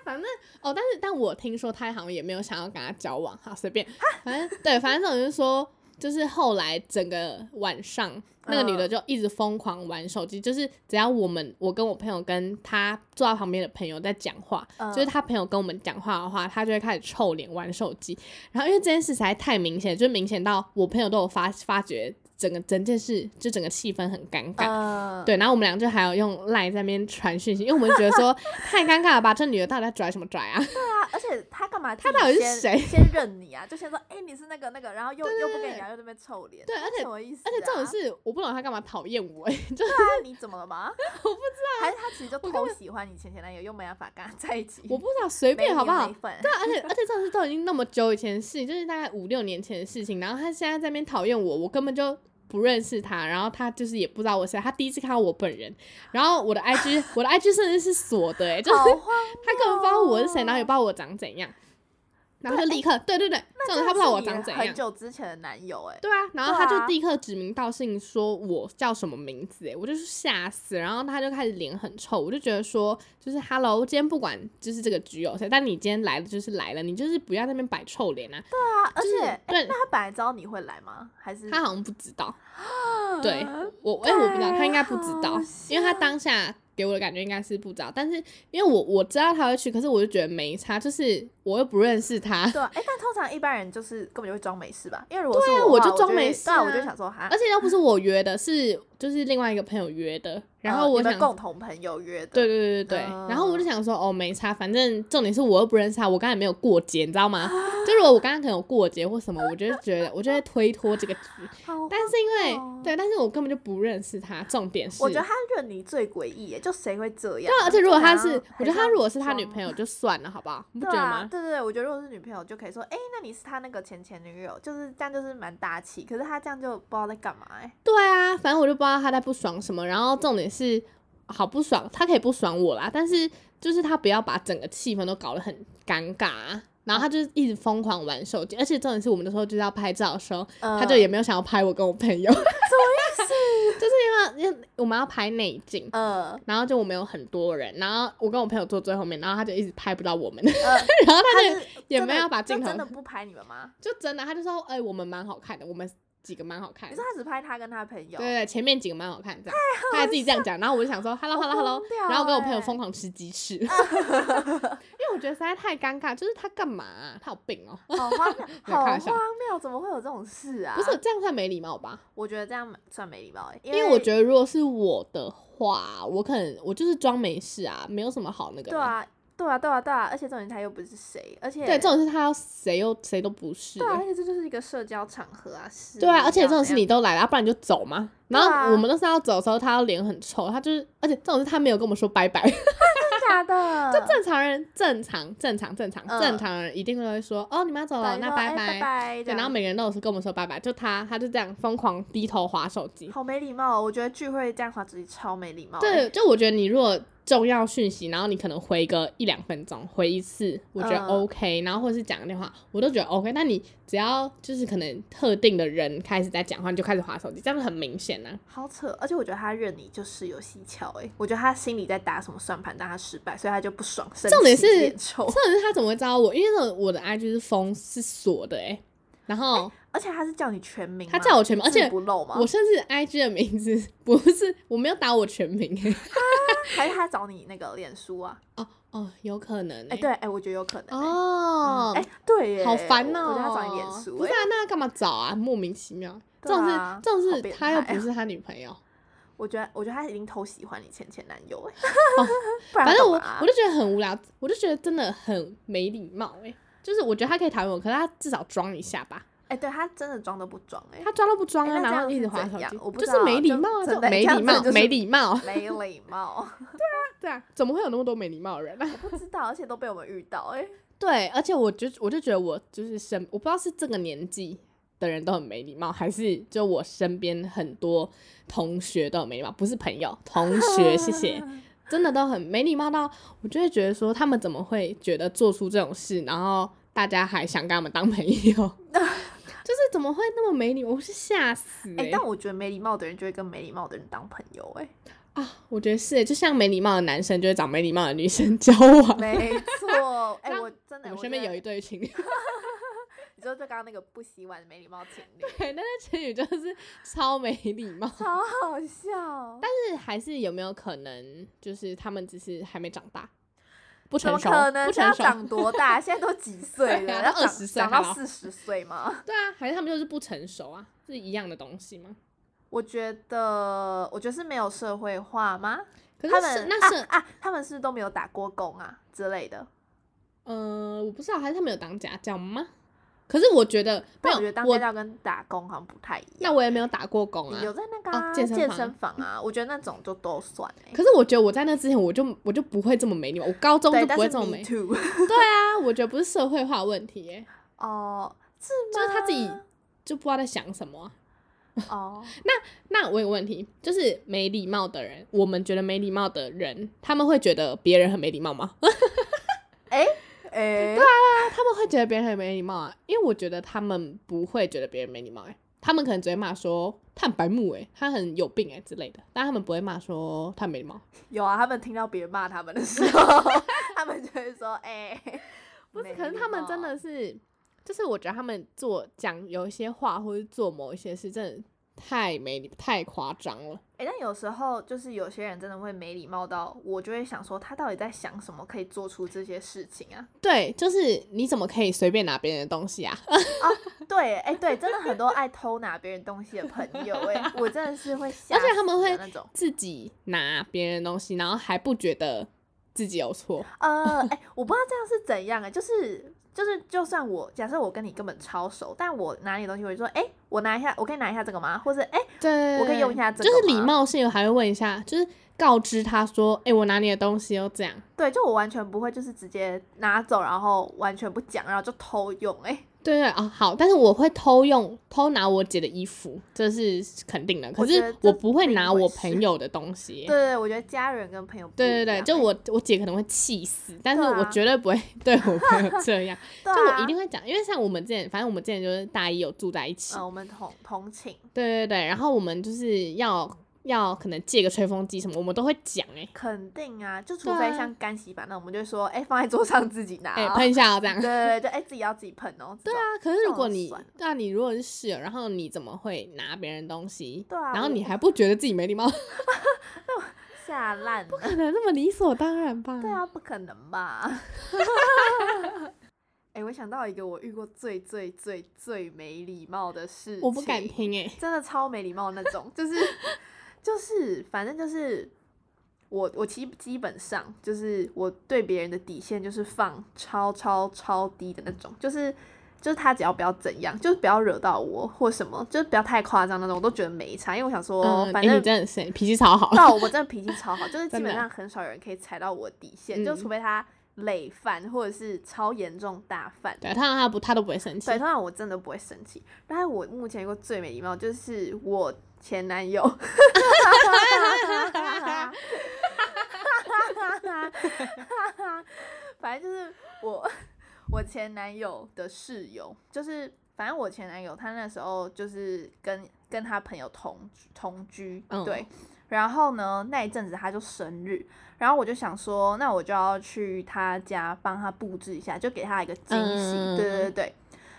A: 反正哦，但是但我听说他好像也没有想要跟他交往，好随便，反正对，反正这种就是说，就是后来整个晚上，那个女的就一直疯狂玩手机，就是只要我们我跟我朋友跟她坐在旁边的朋友在讲话，
B: 嗯
A: 就是她朋友跟我们讲话的话，她就会开始臭脸玩手机，然后因为这件事实在太明显，就明显到我朋友都有发发觉。整个整件事就整个气氛很尴尬，
B: 嗯，
A: 对，然后我们俩就还有用赖在那边传讯息，因为我们觉得
B: (laughs)
A: 说太尴尬了吧，这女的到底在拽什么拽啊？ (laughs)
B: 对啊，而且他干嘛自己先？
A: 他到底是谁 (laughs)
B: 先认你啊，就先说哎你是那个那个，然后又又不跟你聊，又在那边臭脸，
A: 对
B: 这
A: 而且
B: 什么意思啊？
A: 而且这种事我不懂她干嘛讨厌我、欸， (laughs) 就是
B: 对啊，你怎么
A: (laughs)
B: 了吗？我不知道，还是他其实就偷喜欢你前前男友，又没办法跟他在一起，
A: 我不知道，随
B: 没
A: 便好不好
B: 名？没分
A: 对啊，而且而且这种事都已经那么久以前的事，就是大概五六年前的事情，然后她现在在那边讨厌我，我根本就。不认识她，然后她就是也不知道我是谁，她第一次看到我本人，然后我的 IG，我的 IG 甚至是锁的、欸， (laughs) 就是
B: 好哦荒
A: 她根本不知道我是谁，
B: 谬
A: 然后也不知道我长怎样，然后就立刻，对对对，这种她不知道我长怎
B: 哎那真的是
A: 样
B: 你很，久之前的男友哎、
A: 对啊，然后
B: 对
A: 他
B: 啊
A: 就立刻指名道姓说我叫什么名字、欸，我就是吓死。然后他就开始脸很臭，我就觉得说，就是 Hello，今天不管就是这个局有谁，但你今天来了就是来了，你就是不要在那边摆臭脸啊。
B: 对啊，而
A: 就
B: 且
A: 是
B: 哎、
A: 对
B: 那他本来知道你会来吗？还是
A: 他好像不知
B: (laughs)
A: 道，对我，哎、我不知道，他应该不知道
B: 好，
A: 因为他当下给我的感觉应该是不知道。但是因为我我知道他会去，可是我就觉得没差，就是我又不认识他，
B: 对啊，哎、但通常一般人就是根本就会装没事吧？因为如果是
A: 对啊
B: 我的
A: 我
B: 话
A: 就装没事啊
B: 我就会对啊，我就想说哈
A: 而，且又不是我约的，是就是另外一个朋友约的。然
B: 呃
A: 后我
B: 你们
A: 想
B: 共同朋友约的，嗯
A: 对对对对对，然后我就想说，哦，没差，反正重点是我又不认识他，我刚才没有过节，你知道吗？就如果我刚刚可能有过节或什么，我就会觉得我就会推脱这个局，
B: 好
A: 但是因为、
B: 哦
A: 对，但是我根本就不认识他，重点是，
B: 我觉得他认你最诡异耶，就谁会这样
A: 对啊，
B: 啊？
A: 而且如果
B: 就好
A: 他
B: 像
A: 是，我觉得
B: 很像
A: 他如果是他女
B: 装
A: 朋友就算了，好不好？你不觉
B: 对
A: 得
B: 啊，
A: 吗？
B: 对对对，我觉得如果是女朋友就可以说，哎、那你是他那个前前女友，就是这样，就是蛮大气。可是他这样就不知道在干嘛、哎，
A: 对啊，反正我就不知道他在不爽什么，然后重点是，好不爽，他可以不爽我啦，但是就是他不要把整个气氛都搞得很尴尬啊。然
B: 嗯
A: 后他就一直疯狂玩手机，而且重点是我们那时候就是要拍照的时候，他
B: 嗯
A: 就也没有想要拍我跟我朋友， (laughs) 就是因为因为我们要拍内景，
B: 呃
A: 然后就我们有很多人，然后我跟我朋友坐最后面，然后他就一直拍不到我们，
B: 呃，
A: (laughs) 然后
B: 他
A: 他就是也
B: 真
A: 没
B: 的
A: 有把
B: 就
A: 镜头
B: 真的不拍你们吗？
A: 就真的他就说，哎、我们蛮好看的，我们几个蛮好看
B: 你
A: 的
B: 说。他只拍他跟他朋友，
A: 对对对，前面几个蛮好看，这样他还自己这样讲，然后我就想说 hello
B: 我
A: hello hello，
B: 疯掉
A: 然后我跟我朋友
B: 欸
A: 疯狂吃鸡
B: (laughs)
A: 翅，因 (laughs) 为我觉得实在太尴尬，就是他干嘛啊、他有病哦、
B: 好荒谬，
A: 没有开
B: 好荒
A: 玩笑
B: 谬，怎么会有这种事啊？
A: 不是，这样算没礼貌吧？
B: 我觉得这样算没礼貌、哎，因
A: 因为我觉得如果是我的话，我可能我就是装没事啊，没有什么好那个
B: 对
A: 的。
B: 啊，对啊，对啊，对啊，而且重点他又不是谁，而且
A: 对，这种是他要谁又谁都不是
B: 对啊，
A: 欸。
B: 而且这就是一个社交场合啊，是
A: 对啊，而且这种
B: 是
A: 事你都来了，啊不然你就走嘛。然
B: 对啊
A: 后我们那时候要走的时候，他脸很臭，他就是，而且这种事他没有跟我们说拜拜，
B: 嗯假 (laughs) 的，
A: 就 (laughs) 正常人正常正常正常、
B: 嗯
A: 正常人一定都会说哦，你们要走了，
B: 对
A: 那
B: 说哎
A: 拜
B: 拜拜这
A: 对，然后
B: 样
A: 每个人都有说跟我们说拜拜，就他他就这样疯狂低头划手机。
B: 好没礼貌、哦，我觉得聚会这样划手机超没礼貌、哎
A: 对，就我觉得你如果重要讯息，然后你可能回个一两分钟，回一次，我觉得
B: 嗯
A: OK，、然后或者是讲个电话，我都觉得 OK。但你只要就是可能特定的人开始在讲话，你就开始划手机，这样很明显啊呐、
B: 好扯，而且我觉得他认你就是有蹊跷哎、我觉得他心里在打什么算盘，但他失败，所以他就不爽，生气
A: 重点是
B: 脸臭， (laughs)
A: 重点是他怎么会知道我？因为那种我的 IG 是封是锁的诶、然后。
B: 而且他是叫你全名吗，
A: 他叫我全名
B: 一字
A: 而且
B: 不漏吗？
A: 我甚至 IG 的名字不是，我没有打我全名，欸
B: 还是他找你那个脸书啊？
A: 哦，有可能欸
B: 哎、对，哎、我觉得有可能、欸。
A: 哦，
B: 哎、对耶，
A: 好烦哦、
B: 我觉得他找你脸书、
A: 不是
B: 哎
A: 啊，那他干嘛找啊？莫名其妙。这
B: 对
A: 种是
B: 啊
A: 这种
B: 好
A: 是
B: 变
A: 他又
B: 态
A: 不是他女朋友，
B: 我觉得，我觉得他一定偷喜欢你前前男友、哎，
A: 哦
B: (laughs) 不然 (laughs) 他
A: 反正我
B: 干嘛啊
A: 我就觉得很无聊，我就觉得真的很没礼貌哎、就是我觉得他可以讨厌我，可是他至少装一下吧，
B: 哎、对他真的装都不装、哎，
A: 他装都不装啊，
B: 哎那这
A: 然后
B: 样
A: 一
B: 是
A: 直划
B: 怎
A: 手
B: 样
A: 机
B: 我，不
A: 就
B: 知
A: 是
B: 道
A: 没礼
B: 就
A: 貌啊，
B: 真
A: 就
B: 的
A: 没
B: 这
A: 礼
B: 样真的
A: 貌，
B: 就是
A: 没礼貌，
B: 没礼貌，
A: 对啊，怎么会有那么多没礼貌的人啊？
B: 我不知道，而且都被我们遇到、
A: (laughs)
B: 哎，
A: 对，而且我就我就觉得我就是身，我不知道是这个年纪的人都很没礼貌，还是就我身边很多同学都很没礼貌，不是朋友，同学，谢
B: (laughs)
A: 谢，真的都很没礼貌到我就会觉得说他们怎么会觉得做出这种事，然后大家还想跟他们当朋
B: (laughs)
A: 友，就是怎么会那么没礼貌，我是吓死、
B: 哎、
A: 欸
B: 但我觉得没礼貌的人就会跟没礼貌的人当朋友、
A: (laughs)
B: 哎。
A: 啊，我觉得是欸，就像没礼貌的男生就会找没礼貌的女生交往。
B: 没错，哎、
A: 像
B: 我真的，
A: 我身边
B: 觉
A: 有
B: 得
A: 一，对情侣，
B: 你说就刚刚那个不洗碗没礼貌情
A: (laughs)
B: 侣，
A: 对，那对情侣就是超没礼貌。
B: 超好笑，但
A: 是还是有没有可能，就是他们只是还没长大，不
B: 怎
A: 成
B: 么
A: 熟，
B: 可能？
A: 不
B: 这要
A: 成熟，
B: 长
A: (laughs)
B: 多大？现在都几岁
A: 对 (laughs)
B: 了？
A: 啊
B: 要
A: 都
B: 长
A: 20岁
B: 长
A: 好
B: 到
A: 不好
B: 四十岁吗？
A: 对啊，还是他们就是不成熟啊，是一样的东西吗？
B: 我觉得，我觉得是没有社会化吗？
A: 可
B: 他
A: 是是
B: 们
A: 那是、
B: 啊啊，他们是不是都没有打过工啊之类的？
A: 呃，我不知道，还是他们有当家教吗？可是我觉得没
B: 但
A: 有，
B: 我觉得当家教跟打工好像不太一
A: 那
B: 样。
A: 我也没有打过工啊
B: 你。有在那个、
A: 哦健
B: 健
A: 身房
B: 身房啊？我觉得那种就都算哎、
A: 可是我觉得我在那之前，我就我就不会这么没礼貌，我高中
B: 对，
A: 就
B: 但
A: 不会这
B: 是
A: 么
B: me
A: 没。
B: too
A: (laughs) 对啊，我觉得不是社会化问题、
B: (laughs)
A: 耶，
B: 哦，是
A: 就
B: 吗？
A: 是他自己就不知道在想什么啊、
B: 哦，
A: 那我有个问题，就是没礼貌的人，我们觉得没礼貌的人，他们会觉得别人很没礼貌吗？
B: 哎、哎、
A: 啊他们会觉得别人很没礼貌啊，因为我觉得他们不会觉得别人没礼貌、欸，他们可能只会骂说他很白目、欸，他很有病、欸，之类的，但他们不会骂说他没礼貌。
B: 有啊，他们听到别人骂他们的时候， (laughs) 他们就会说：“哎、
A: (laughs) 不是，
B: 没
A: 可是
B: 礼
A: 他们真
B: 貌
A: 的是，就是我觉得他们做讲有一些话或者做某一些事，真的太没礼太夸张了。
B: 哎、但有时候就是有些人真的会没礼貌到，我就会想说他到底在想什么，可以做出这些事情啊？ (laughs)
A: 对，就是你怎么可以随便拿别人的东西啊？
B: 对，哎、对，真的很多爱偷拿别人东西的朋友、哎，我真的是会吓
A: (laughs) 而且他
B: 死
A: 们
B: 的
A: 会
B: 那种，
A: 自己拿别人的东西，然后还不觉得自己有错。 (laughs)
B: 呃，哎、我不知道这样是怎样、哎，就是。就是，就算我假设我跟你根本超熟，但我拿你的东西，我就说，哎、我拿一下，我可以拿一下这个吗？或者，哎、
A: 对
B: 我可以用一下这
A: 就
B: 个
A: 是礼
B: 吗
A: 貌性还会问一下，就是告知他说，哎、我拿你的东西哦，这样。
B: 对，就我完全不会，就是直接拿走，然后完全不讲，然后就偷用、哎，
A: 对对啊、好，但是我会偷用、偷拿我姐的衣服，这是肯定的。可
B: 我觉得
A: 是
B: 这
A: 我不会
B: 是另
A: 拿
B: 一回
A: 我
B: 事
A: 朋友的东西。
B: 对对对，我觉得家人跟朋友不
A: 对对
B: 一
A: 对，
B: 样
A: 就
B: 哎
A: 我我姐可能会气死，但是
B: 对
A: 我
B: 啊
A: 绝对不会对我朋友这样。
B: (laughs) 对
A: 就
B: 啊
A: 我一定会讲，因为像我们之前，反正我们之前就是大一有住在一起，
B: 呃，我们同同情，
A: 对对对，然后我们就是要要可能借个吹风机什么，我们都会讲哎、欸
B: 肯定啊，就除
A: 对
B: 非
A: 啊
B: 像干洗板那种，我们就会说，哎、放在桌上自己拿、
A: 哎
B: 哦
A: 喷一下哦这样
B: 对。对对，就哎、自己要自己喷哦， (laughs) 对
A: 对，啊，可是如
B: 种
A: 果
B: 就
A: 你
B: 算了
A: 对啊，你如果是室友，然后你怎么会拿别人东西？
B: 对啊
A: 然后
B: 我
A: 你还不觉得自己没礼貌？ (laughs) 不
B: 吓烂了，
A: 可能那么理所当然吧？
B: 对，啊，不可能吧？ (laughs) 哎、我想到一个我遇过最最最最没礼貌的事情，
A: 我不敢听哎、
B: (laughs) 真的超没礼貌那种，就是就是，反正就是我我其实基本上就是我对别人的底线就是放超超超低的那种，就是就是他只要不要怎样，就是不要惹到我或什么，就是不要太夸张那种，我都觉得没差，因为我想说，
A: 嗯，
B: 反
A: 哎
B: 正
A: 你真的是脾气超好， (laughs)
B: 到我真的脾气超好，就是基
A: 真的
B: 本上很少有人可以踩到我底线，就
A: 嗯
B: 除非他累犯或者是超严重大犯。
A: 对，他让他不他都不会生气
B: 对，，通常我真的不会生气。但是我目前遇过最没礼貌就是我前男友， (laughs) 反正就是我我前男友的室友，就是反正我前男友他那时候就是跟跟他朋友同居同居，
A: 嗯
B: 对。然后呢，那一阵子他就生日，然后我就想说，那我就要去他家帮他布置一下，就给他一个惊喜。
A: 嗯
B: 对对对对。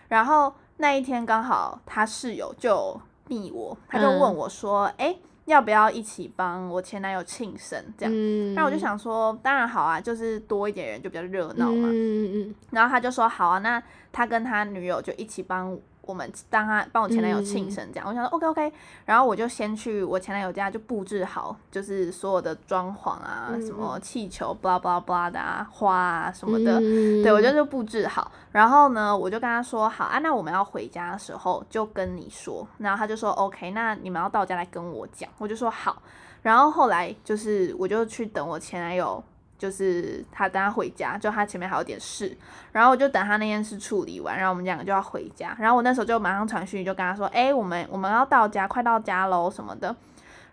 B: 然后那一天刚好他室友就密我，他就问我说：“哎、要不要一起帮我前男友庆生这样。
A: 嗯，
B: 那我就想说，当然好啊，就是多一点人就比较热闹嘛。
A: 嗯嗯嗯
B: 然后他就说好啊，那他跟他女友就一起帮我们当他帮我前男友庆生
A: 嗯
B: 这样。我想说 OK OK，然后我就先去我前男友家就布置好，就是所有的装潢啊，
A: 嗯
B: 什
A: 嗯
B: 么气球 blah blah blah 的啊，花啊什么的。
A: 嗯
B: 对，我就就布置好，然后呢，我就跟他说好啊，那我们要回家的时候就跟你说，然后他就说 OK，那你们要到家来跟我讲，我就说好，然后后来就是我就去等我前男友，就是他等他回家，就他前面还有点事，然后我就等他那件事处理完，然后我们两个就要回家，然后我那时候就马上传讯息就跟他说，哎、我们我们要到家，快到家喽什么的，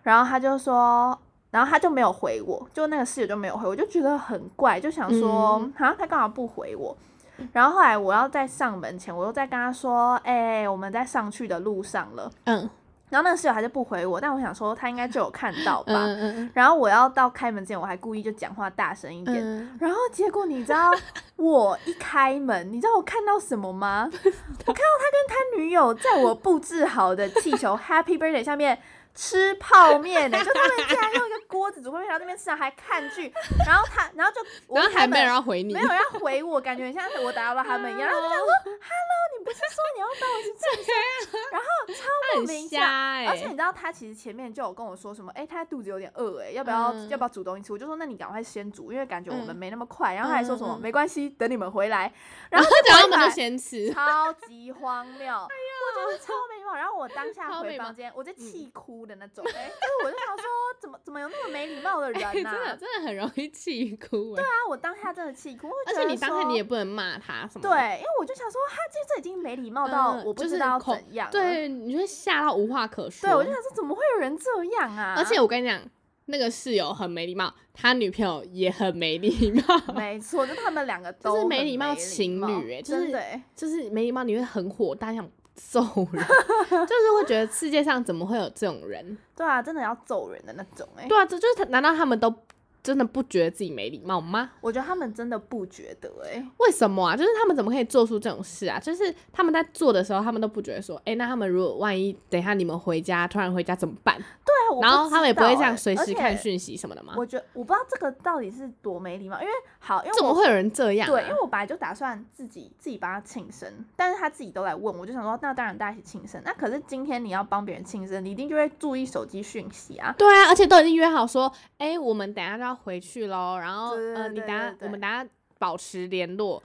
B: 然后他就说。然后他就没有回我，就那个室友就没有回我，我就觉得很怪，就想说，
A: 嗯
B: 啊，他干嘛不回我？然后后来我要在上门前，我又在跟他说，哎、我们在上去的路上了。
A: 嗯
B: 然后那个室友还是不回我，但我想说他应该就有看到吧。
A: 嗯嗯
B: 然后我要到开门之前，我还故意就讲话大声一点。
A: 嗯，
B: 然后结果你知
A: (laughs)
B: 道我一开门，你知道我看到什么吗？我看到他跟他女友在我布置好的气球 (laughs) Happy Birthday 下面吃泡面欸
A: (laughs)
B: 呢、就他们竟然用一个锅子煮泡面，然后那边吃还看剧，然后他然后就我
A: 然后
B: 一开
A: 还没
B: 门
A: 有人要回你，哦
B: 没有要回我，感觉很像是我打扰到他们一
A: (laughs)
B: 样。然后他就想说：“Hello，你不是说你要帮我去健身？”
A: (laughs)
B: 然后超莫
A: 很
B: 名其
A: 瞎
B: 妙。
A: 哎，
B: 而且你知道他其实前面就有跟我说什么，哎、他肚子有点饿，哎，要不要、
A: 嗯
B: 要不要煮东西吃？我就说那你赶快先煮，因为感觉我们
A: 嗯
B: 没那么快。然后他还说什
A: 嗯
B: 么、
A: 嗯嗯啊
B: 没关系，等你们回来。然后
A: 他
B: 就
A: 讲
B: 回
A: 他们
B: 来
A: 就先吃，
B: 超级荒谬，我真的超没礼貌。然后我当下
A: 哎超
B: 回
A: 没
B: 房
A: 貌嗯
B: 间，我就气哭的那种，哎、就是我就想说怎么怎么有那么没礼貌的人
A: 哎
B: 呐、
A: 真的真的很容易气哭哎，
B: 啊，我当下真的气哭，我
A: 而
B: 就
A: 且
B: 觉
A: 你
B: 得
A: 当下
B: 说
A: 你也不能啊骂他什么的，
B: 对，因为我就想说，他这这已经没礼貌到
A: 嗯
B: 我不
A: 就
B: 知
A: 是
B: 道要
A: 恐
B: 怎样了。
A: 对，你就会吓到无话可说。
B: 对，我就想说，怎么会有人这样啊？
A: 而且我跟你讲，那个室友很没礼貌，他女朋友也很没礼貌， (laughs)
B: 没错，就他们两个都
A: 是
B: 很
A: 没
B: 没
A: 礼貌情
B: 貌
A: 侣欸就是
B: 真的欸
A: 就是没礼貌，你会很火大，想揍人， (laughs) 就是会觉得世界上怎么会有这种人？
B: 对啊，真的要走人的那种哎。
A: 对啊，这就是他难道他们都真的不觉得自己没礼貌吗？
B: 我觉得他们真的不觉得哎，
A: 为什么啊？就是他们怎么可以做出这种事啊？就是他们在做的时候，他们都不觉得说，哎、那他们如果万一等一下你们回家，突然回家怎么办？
B: 对啊，我
A: 然后他们也不会这样随
B: 知道欸
A: 时看。
B: 而且
A: 讯息什么的吗？
B: 我觉得我不知道这个到底是多没礼貌，因为好，因为
A: 怎么
B: 我
A: 会有人这样、啊？
B: 对，因为我本来就打算自己自己帮他庆生，但是他自己都来问，我就想说，那当然大家一起庆生。那可是今天你要帮别人庆生，你一定就会注意手机讯息啊。
A: 对啊，而且都已经约好说，哎、我们等一下就要回去喽，然后
B: 对对
A: 呃，你
B: 对
A: 等一下
B: 对
A: 我们等一下保持联络，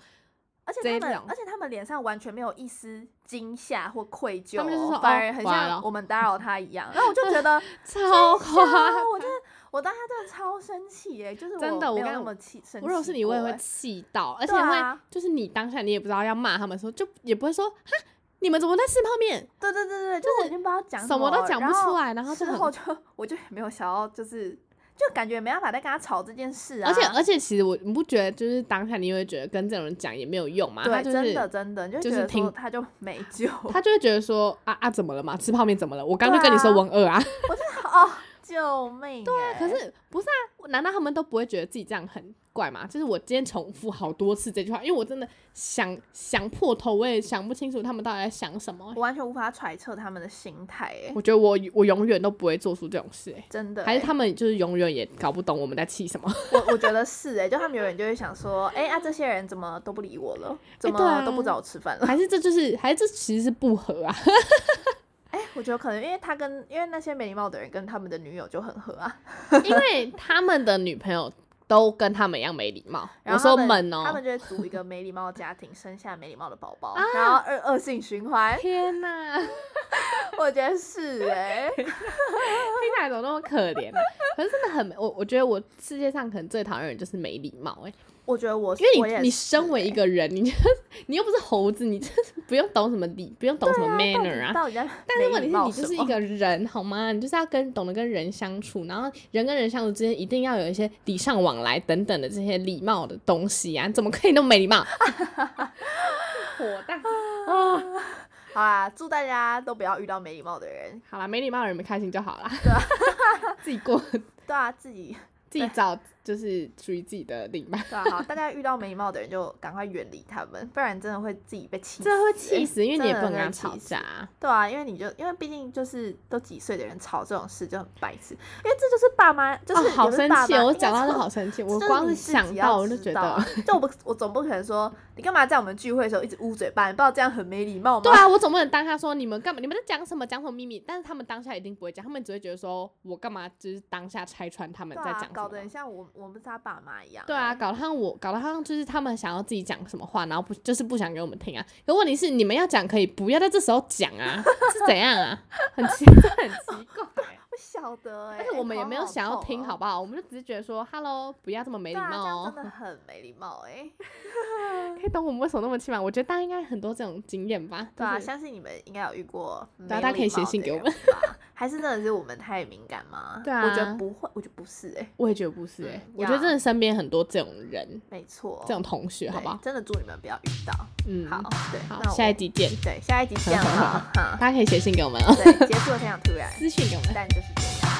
B: 而且
A: 这
B: 他们
A: 种，
B: 而且他们脸上完全没有一丝惊吓或愧疚、
A: 他们就是
B: 哦
A: 说，
B: 反
A: 哦
B: 而很
A: 完
B: 像
A: 了
B: 我们打扰他一样。然后我就觉得
A: 超
B: 天哪
A: 夸。
B: 我真的，我当时真的超生气耶、就是
A: 真的
B: 我
A: 我
B: 没有
A: 跟
B: 那
A: 你
B: 么气生气。
A: 我如果是你，我也会。气到，而且
B: 对啊
A: 会就是你当下你也不知道要骂他们的时候，就也不会说哈，你们怎么在吃泡面？
B: 对对对对，就是我已经不知道讲
A: 什么
B: 么
A: 都
B: 了
A: 讲不
B: 然
A: 出
B: 后
A: 来然后就
B: 事
A: 很
B: 后就我就也没有想要，就是就感觉没办法再跟他吵这件事啊。
A: 而且而且，其实我你不觉得就是当下你会觉得跟这种人讲也没有用嘛？
B: 对，
A: 他就
B: 真的
A: 是
B: 真的，你就
A: 就
B: 觉
A: 是
B: 得说
A: 挺
B: 他就没救。 (laughs)
A: 他就会觉得说啊啊怎么了嘛？吃泡面怎么了？我刚刚就
B: 对
A: 跟你说
B: 啊
A: 我很饿啊。
B: 我真的哦，救命！欸对
A: 啊可是不是啊？难道他们都不会觉得自己这样很怪吗？就是我今天重复好多次这句话，因为我真的想想破头，我也想不清楚他们到底在想什么。
B: 我完全无法揣测他们的心态，哎，
A: 我觉得我我永远都不会做出这种事、欸，
B: 真的欸。
A: 还是他们就是永远也搞不懂我们在气什么。
B: 我我觉得是哎，就他们有人就会想说，哎、啊，这些人怎么都不
A: (laughs)
B: 理我了，怎
A: 对
B: 么
A: 啊
B: 都不找我吃饭
A: (laughs)
B: 了？
A: 还是这就是，还是这其实是不合啊！
B: 哎、我觉得可能因为他跟因为那些没礼貌的人跟他们的女友就很合啊，
A: (laughs) 因为他们的女朋友都跟他们一样没礼 (laughs) 貌。
B: 然
A: 我
B: 后
A: 说
B: 他们
A: 们哦、，
B: 他们就会组一个没礼貌的家庭，生下没礼貌的宝宝，然后恶恶性循环
A: 天 (laughs) 哪，听
B: 我觉得是哎、
A: 起来怎么那么可怜啊呢、 (laughs) 可是真的很，我我觉得我世界上可能最讨厌的人就是没礼貌、欸，
B: 我觉得我
A: 因
B: 我
A: 为
B: 也
A: 你你
B: 是
A: 身为一
B: 欸
A: 个人，你就 (laughs) 你又不是猴子，你 (laughs) 就是不用懂什么礼，不用懂什么 manner 啊。
B: 哎到底到底在
A: 但是问题
B: 没礼
A: 是
B: 貌
A: 你就
B: 什
A: 是一
B: 么
A: 个人，好吗？你就是要跟懂得跟人相处，然后人跟人相处之间一定要有一些礼尚往来等等的这些礼貌的东西啊！你怎么可以那么没礼
B: (laughs)
A: 貌？火大啊！
B: 好啦，祝大家都不要遇到没礼貌的人，
A: (laughs)
B: 啊 (laughs)
A: 好啦，没礼貌的人们开心就好啦，自己过，
B: 对啊，自己
A: 自己找就是属于自己的另一半，
B: 对啊，好，大家遇到没礼貌的人就赶快远离他们，不然真的会自己被气死欸。
A: 真的会 (laughs) 气哎死，因为你也不
B: 真的
A: 能跟他
B: 会气
A: 吵
B: 死
A: 架啊。
B: 对啊，因为你就因为毕竟就是都几岁的人吵这种事就很白痴，因为这就是爸妈，就是、
A: 哦，好生气哦！我讲到
B: 就
A: 就好生气，我
B: 就是
A: 光
B: 你
A: 是
B: 自己
A: 想
B: 要
A: 到我就
B: 知
A: 觉 (laughs)
B: 道
A: 得
B: 啊，就我不我总不可能说你干嘛在我们聚会的时候一直捂嘴巴，你不知道这样很没礼貌吗？
A: 对啊，我总不能当他说你们干嘛？你们在讲什么？讲什么秘密？但是他们当下一定不会讲，他们只会觉得说我干嘛？就是当下拆穿他们
B: 对
A: 在
B: 啊，
A: 讲什
B: 搞
A: 么
B: 得很像我我们是他爸妈一样欸。
A: 对啊，搞得好像我搞得好像就是他们想要自己讲什么话，然后不就是不想给我们听啊。可问题是你们要讲可以，不要在这时候讲啊，是怎样啊？很奇， (laughs) 这很奇
B: (laughs)
A: 怪。
B: 不晓得哎、
A: 而且我们也没有想要听，好
B: 吧？
A: 不好？我们就只是觉得说，Hello，不要这么没
B: 哦
A: 礼
B: 对啊，这
A: 貌
B: 样
A: 哦。
B: 真的很没礼貌哎、
A: (laughs) 可以懂我们为什么那么气吗？我觉得大家应该很多这种经验吧。
B: 对啊，
A: 就是
B: 相信你们应该有遇过没
A: 对啊大家可以
B: 礼
A: 写
B: 貌
A: 信
B: 的
A: 给我
B: 人吧。还是真的是我们太敏感吗？
A: 对
B: 我觉
A: 啊
B: 得不会，我觉得不是哎、
A: 我也觉得不是、欸，
B: 嗯
A: 我觉得
B: 呀
A: 真的身边很多这种人，
B: 没错，
A: 这种同学，好不好
B: 对？真的祝你们不要遇到。
A: 嗯，
B: 好，对，
A: 好，
B: 那
A: 下一
B: 集
A: 集见。 (laughs)
B: 对下一集见了哈。
A: 大家可以写信给我们哦，
B: 对，结束的非常突然，
A: 私信给我们。
B: 但就是这样。